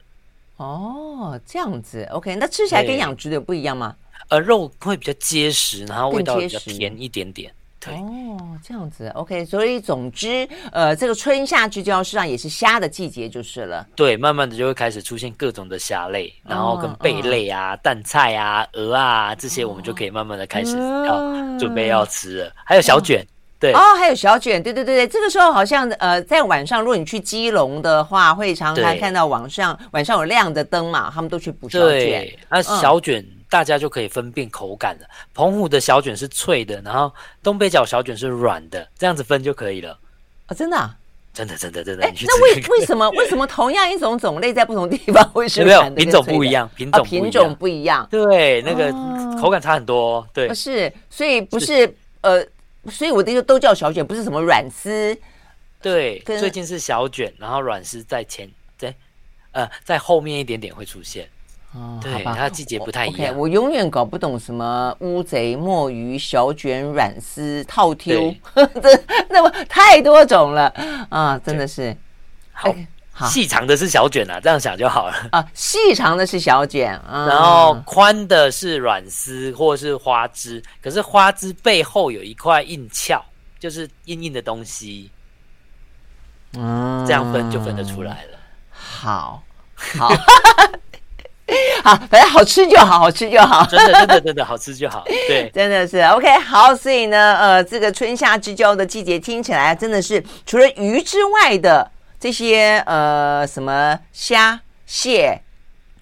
[SPEAKER 1] 哦，这样子，OK，那吃起来跟
[SPEAKER 2] 对
[SPEAKER 1] 养殖的不一样吗？
[SPEAKER 2] 呃，肉会比较结实，然后味
[SPEAKER 1] 更
[SPEAKER 2] 道
[SPEAKER 1] 结
[SPEAKER 2] 比较
[SPEAKER 1] 实
[SPEAKER 2] 甜一点点。对，
[SPEAKER 1] 哦，这样子，OK。所以总之，呃，这个春夏之交实际上也是虾的季节就是了。
[SPEAKER 2] 对，慢慢的就会开始出现各种的虾类，然后跟
[SPEAKER 1] 嗯
[SPEAKER 2] 贝
[SPEAKER 1] 嗯
[SPEAKER 2] 类啊、蛋菜啊、鹅啊这些，我们就可以慢慢的开始
[SPEAKER 1] 嗯
[SPEAKER 2] 要准备要吃了。还有小卷，对，
[SPEAKER 1] 哦，还有小卷，对对对对，这个时候好像呃，在晚上，如果你去基隆的话，会常常
[SPEAKER 2] 对
[SPEAKER 1] 看到晚上晚上有亮的灯嘛，他们都去捕小卷。嗯
[SPEAKER 2] 对，那小卷大家就可以分辨口感了。澎湖的小卷是脆的，然后东北角小卷是软的，这样子分就可以了。
[SPEAKER 1] 哦，真的、啊？
[SPEAKER 2] 真的，真的，真的，
[SPEAKER 1] 哎
[SPEAKER 2] 你去，吃
[SPEAKER 1] 那为
[SPEAKER 2] 看 看
[SPEAKER 1] 为什么为什么同样一种种类在不同地方 会是
[SPEAKER 2] 没有
[SPEAKER 1] 软的跟
[SPEAKER 2] 品种
[SPEAKER 1] 脆
[SPEAKER 2] 不
[SPEAKER 1] 的
[SPEAKER 2] 一样品
[SPEAKER 1] 啊
[SPEAKER 2] 种不一
[SPEAKER 1] 品
[SPEAKER 2] 样
[SPEAKER 1] 种不一样，
[SPEAKER 2] 对，那个
[SPEAKER 1] 哦
[SPEAKER 2] 口感差很多、哦。对
[SPEAKER 1] 不，是，所以不是呃，所以我的意思都叫小卷，不是什么软丝
[SPEAKER 2] 对，
[SPEAKER 1] 跟
[SPEAKER 2] 最近是小卷，然后软丝在前，在呃在后面一点点会出现。
[SPEAKER 1] 哦
[SPEAKER 2] 对
[SPEAKER 1] 好吧
[SPEAKER 2] 它的季节不太一
[SPEAKER 1] OK，
[SPEAKER 2] 样
[SPEAKER 1] 我永远搞不懂什么乌贼、墨鱼、小卷、软丝、套丢， 这那么太多种了啊！真的是
[SPEAKER 2] 好
[SPEAKER 1] OK，好
[SPEAKER 2] 细长的是小卷啊，这样想就好了。
[SPEAKER 1] 啊，细长的是小卷，啊、
[SPEAKER 2] 然后宽的是软丝或是花枝，可是花枝背后有一块硬壳，就是硬硬的东西，
[SPEAKER 1] 嗯
[SPEAKER 2] 这样分就分得出。来了。
[SPEAKER 1] 好， 好，好，反正好吃就好，好吃就好。
[SPEAKER 2] 真的，真的，真的好吃就好。 对，
[SPEAKER 1] 真的是 OK 好，所以呢，呃，这个春夏之交的季节听起来真的是除了鱼之外的这些呃什么虾蟹、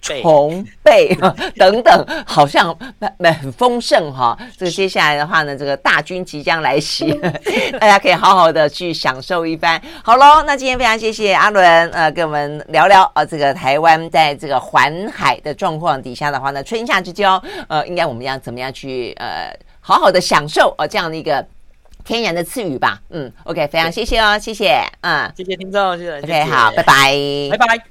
[SPEAKER 2] 背
[SPEAKER 1] 红贝等等，好像蛮蛮很丰盛哈。这个接下来的话呢，这个大军即将来 袭，大家可以好好的去享受一番。好喽，那今天非常谢谢阿伦，呃，跟我们聊聊啊、呃，这个台湾在这个环海的状况底下的话呢，春夏之交，呃，应该我们要怎么样去呃，好好的享受啊、呃、这样的一个天然的赐予吧。嗯，OK，非常谢谢哦，谢谢，嗯
[SPEAKER 2] 谢谢听众，谢谢兰姐
[SPEAKER 1] ，OK，
[SPEAKER 2] 姐
[SPEAKER 1] 好，拜拜，
[SPEAKER 2] 拜拜。